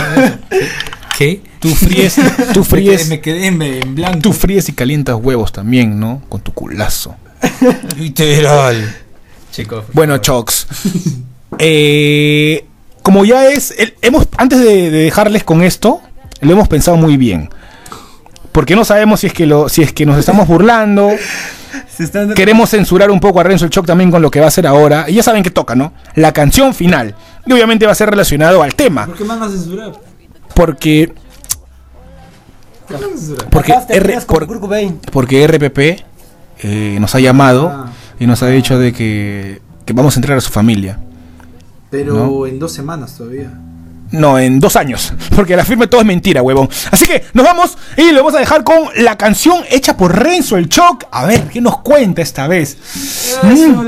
Speaker 2: ¿Qué?
Speaker 1: Tú (laughs) fríes, tú fríes,
Speaker 2: Me quedé en- en blanco.
Speaker 1: tú fríes y calientas huevos también, ¿no? Con tu culazo.
Speaker 2: (laughs) Literal. Chicos.
Speaker 1: Bueno, Chocs, Eh, como ya es, el- hemos, antes de, de dejarles con esto, lo hemos pensado muy bien. Porque no sabemos si es que, lo, si es que nos estamos
Speaker 2: (laughs)
Speaker 1: burlando.
Speaker 8: Se están-
Speaker 1: Queremos censurar un poco a Renzo el Shock también con lo que va a hacer ahora. Y ya saben que toca, ¿no? La canción final. Y obviamente va a ser relacionado al tema.
Speaker 2: qué más vas a censurar?
Speaker 1: Porque. Porque,
Speaker 8: Capaz terminas
Speaker 1: R-
Speaker 8: como
Speaker 1: por-
Speaker 8: Kurt Cobain.
Speaker 1: porque RPP eh, nos ha llamado
Speaker 2: Ah.
Speaker 1: y nos ha dicho de que, que vamos a entrar a su familia.
Speaker 2: Pero
Speaker 1: No.
Speaker 2: en dos semanas todavía.
Speaker 1: No, en dos años. Porque la firma todo es mentira, huevón. Así que nos vamos y lo vamos a dejar con la canción hecha por Renzo el Choc. A ver, ¿qué nos cuenta esta vez? Mm.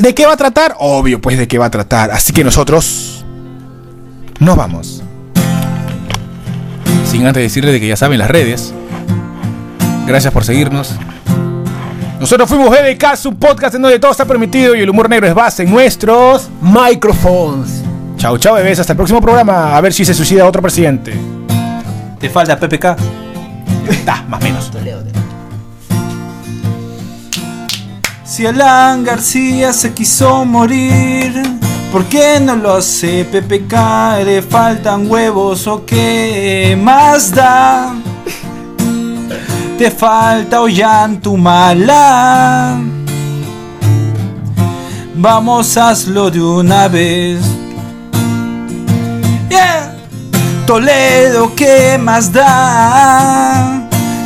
Speaker 1: ¿De qué va a tratar? Obvio, pues de qué va a tratar. Así que nosotros nos vamos. Sin antes decirle de que ya saben las redes. Gracias por seguirnos. Nosotros fuimos BBK, un podcast en donde todo está permitido y el humor negro es base en nuestros
Speaker 8: Microphones.
Speaker 1: Chau, chau, bebés. Hasta el próximo programa. A ver si se suicida otro presidente.
Speaker 2: Te falta PPK.
Speaker 1: Está, más o menos.
Speaker 2: Si Alan García se quiso morir, ¿por qué no lo hace PPK? ¿Le faltan huevos o qué más da? Te falta Ollantumala. Vamos, hazlo de una vez. Yeah. Toledo, ¿qué más da?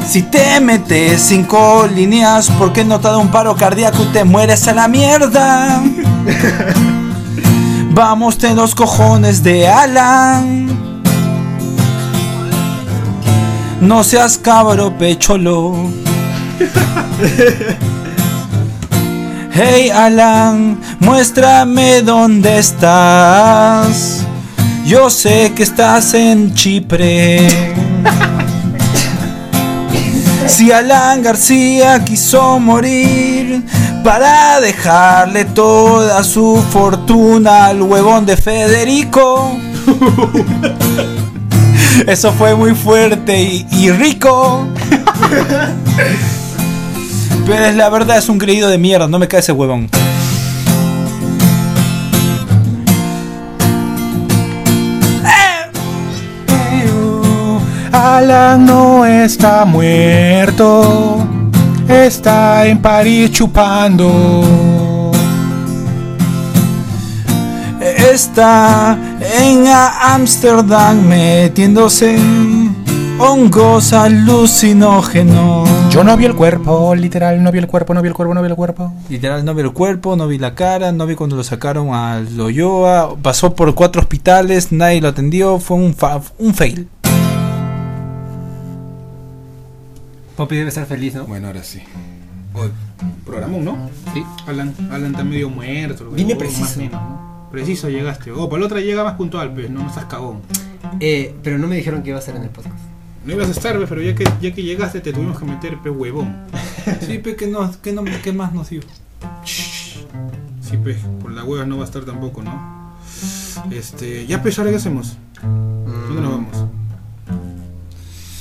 Speaker 2: Si te metes cinco líneas, ¿por qué no te da un paro cardíaco y te mueres a la mierda? Vamos de los cojones de Alan. No seas cabro pecholo. Hey Alan, muéstrame dónde estás. Yo sé que estás en Chipre. Si Alan García quiso morir para dejarle toda su fortuna al huevón de Federico. Eso fue muy fuerte y, y rico. Pero es la verdad, es un creído de mierda, no me cae ese huevón.
Speaker 1: Alan no está muerto. Está en París chupando.
Speaker 2: Está en a- Ámsterdam metiéndose hongos alucinógenos.
Speaker 1: Yo no vi el cuerpo, literal. No vi el cuerpo, no vi el cuerpo, no vi el cuerpo.
Speaker 2: Literal, no vi el cuerpo, no vi la cara, no vi cuando lo sacaron a Loyoa. Pasó por cuatro hospitales, nadie lo atendió. Fue un, fa- un fail.
Speaker 8: Poppy debe estar feliz, ¿no?
Speaker 1: Bueno, ahora sí. Programón, ¿no?
Speaker 8: Sí.
Speaker 9: Alan, Alan está medio muerto.
Speaker 8: Dime
Speaker 9: huevón,
Speaker 8: preciso.
Speaker 9: más o menos, ¿no? Preciso llegaste. Oh, para la otra llega más puntual, pues, no, no estás cagón.
Speaker 8: Eh, pero no me dijeron que iba a ser en el podcast.
Speaker 9: No ibas a estar, pues, pero ya que, ya que llegaste te tuvimos que meter, pe huevón.
Speaker 2: Sí, pero ¿qué, más nos dio?
Speaker 9: Sí, pues, por la hueva no va a estar tampoco, ¿no? Este, ya pues, ahora qué hacemos? ¿Dónde nos vamos?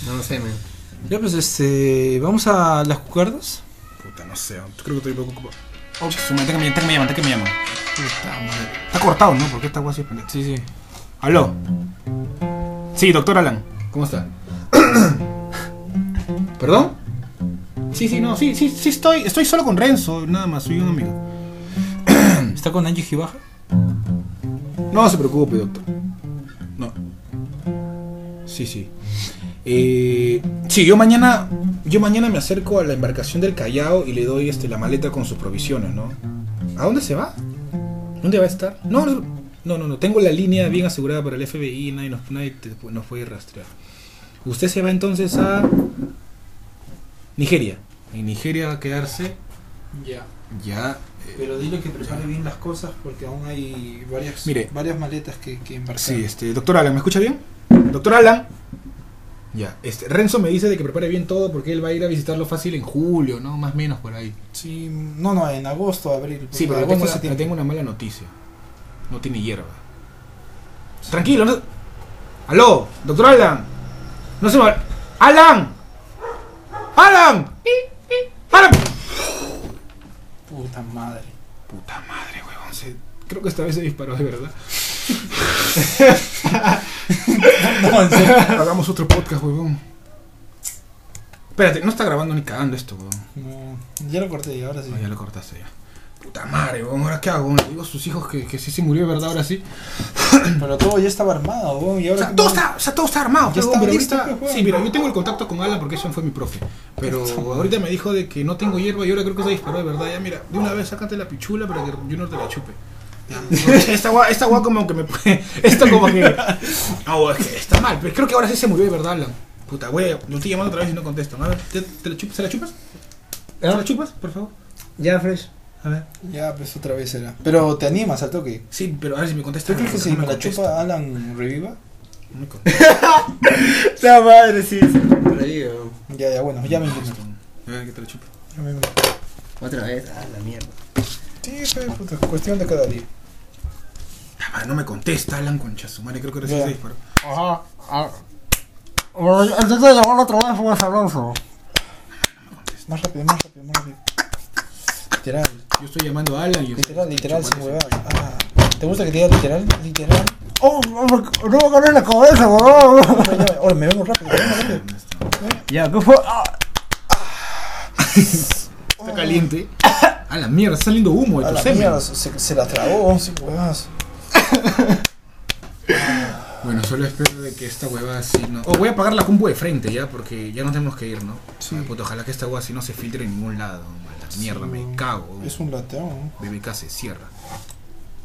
Speaker 8: No lo sé, man.
Speaker 2: Ya, pues, este. Vamos a las cucardas.
Speaker 9: Puta, no sé, creo que estoy poco ocupado. Oh,
Speaker 1: Su madre, que me llaman, que me llaman, que me llaman.
Speaker 9: Está cortado, ¿no? Porque está guay así, pendejo.
Speaker 2: Sí, sí.
Speaker 1: Aló. Sí, doctor Alan. ¿Cómo está?
Speaker 9: (coughs) ¿Perdón? Sí, sí, no, sí, sí, sí estoy, estoy solo con Renzo, nada más, soy un amigo.
Speaker 2: Está con Angie Gibaja.
Speaker 9: No se preocupe, doctor. No. Sí, sí. Eh, sí, yo mañana, yo mañana me acerco a la embarcación del Callao y le doy este, la maleta con sus provisiones, ¿no? ¿A dónde se va? ¿Dónde va a estar? No, no, no, no, no, tengo la línea bien asegurada para el FBI, nadie nos, nadie te- nos puede rastrear. Usted se va entonces a Nigeria. En Nigeria va a quedarse
Speaker 2: Ya.
Speaker 9: ya
Speaker 2: Eh, Pero dile que prepare bien las cosas porque aún hay varias,
Speaker 9: Mire.
Speaker 2: varias maletas que, que embarcar.
Speaker 9: Sí, este, doctor Alan, ¿me escucha bien? Doctor Alan. Ya, este, Renzo me dice de que prepare bien todo porque él va a ir a visitarlo fácil en julio, ¿no? Más o menos por ahí.
Speaker 2: Sí, no, no, en agosto, abril.
Speaker 9: Sí, pero le
Speaker 2: agosto,
Speaker 9: tengo, una, le
Speaker 2: septiembre.
Speaker 9: tengo una mala noticia. No tiene hierba. Tranquilo, no... ¡Aló! ¡Doctor Alan! ¡No se me... ¡Alan! ¡Alan! ¡Alan!
Speaker 2: Puta madre.
Speaker 9: Puta madre, huevón. se-
Speaker 1: Creo que esta vez se disparó de verdad.
Speaker 9: (laughs) No, en serio.
Speaker 1: Hagamos otro podcast, huevón. Espérate, no está grabando ni cagando esto, huevón.
Speaker 9: No, ya lo corté y ahora sí.
Speaker 1: No, ya lo cortaste ya. Puta madre, huevón. ¿Ahora qué hago? huevón? Le digo a sus hijos que, que sí se murió de verdad, ahora sí.
Speaker 9: Pero todo ya estaba armado, weón, y
Speaker 1: O
Speaker 9: ahora
Speaker 1: sea, todo está, o sea, todo está armado.
Speaker 9: Ya
Speaker 1: pero,
Speaker 9: está
Speaker 1: pero
Speaker 9: listo,
Speaker 1: ahorita-
Speaker 9: pues,
Speaker 1: sí, mira, yo tengo el contacto con Alan porque eso fue mi profe. Pero ahorita me dijo de que no tengo hierba y ahora creo que se disparó de verdad. Ya, mira, de una vez sácate la pichula para que yo no te la chupe. Ya, no, (laughs) Esta gua, esta gua como que me. (laughs) Esto como que. Ah, gua, es que está mal, pero creo que ahora sí se murió de verdad, Alan. Puta, güey, lo estoy llamando otra vez y no contestan. A ver, ¿te, te la chupas? ¿Se la chupas? ¿Se
Speaker 9: ¿Ah?
Speaker 1: la chupas, por favor?
Speaker 8: Ya, Fresh. A ver.
Speaker 9: Ya, pues otra vez era. Pero te animas al toque.
Speaker 1: Sí, pero a ver si me contesta.
Speaker 9: ¿Tú crees que
Speaker 1: No
Speaker 9: si me la
Speaker 1: contesta.
Speaker 9: chupa Alan reviva?
Speaker 1: No me contesta.
Speaker 8: La madre, sí. sí, Por ahí, weón.
Speaker 9: Ya, ya, bueno, ya me entiendo.
Speaker 1: A ver, que te la chupa.
Speaker 9: Ya me entiendo.
Speaker 8: Otra vez. Ah, la mierda.
Speaker 9: Sí, fue puta, cuestión de cada día.
Speaker 1: Ah, madre, no me contesta, Alan, concha su madre. Creo que ahora sí
Speaker 9: Ya.
Speaker 1: se disparó.
Speaker 8: Ajá. Antes de llamar otra vez, fue sabroso.
Speaker 9: Más rápido, más rápido, más rápido. Literal,
Speaker 1: Yo estoy llamando a Alan y
Speaker 9: literal, literal, sin huevadas. Ah, ¿Te gusta que te diga literal? Literal.
Speaker 8: Oh, no me agarré la cabeza, weón.
Speaker 9: Ahora, ya, ahora me vemos rápido, me vemos rápido.
Speaker 8: Ya, ¿qué fue? Ah,
Speaker 1: Está caliente. A la mierda, está saliendo humo de
Speaker 9: A
Speaker 1: tu
Speaker 9: la
Speaker 1: semen.
Speaker 9: mierda, se, se la trabó, sin huevadas.
Speaker 1: Bueno, solo espero de que esta hueva así no. O voy a apagar la compu de frente ya, porque ya nos tenemos que ir, ¿no? Sí. ojalá que esta hueva así no se filtre en ningún lado. A la mierda, me cago.
Speaker 9: Es un lateado, ¿no?
Speaker 1: BBK se cierra.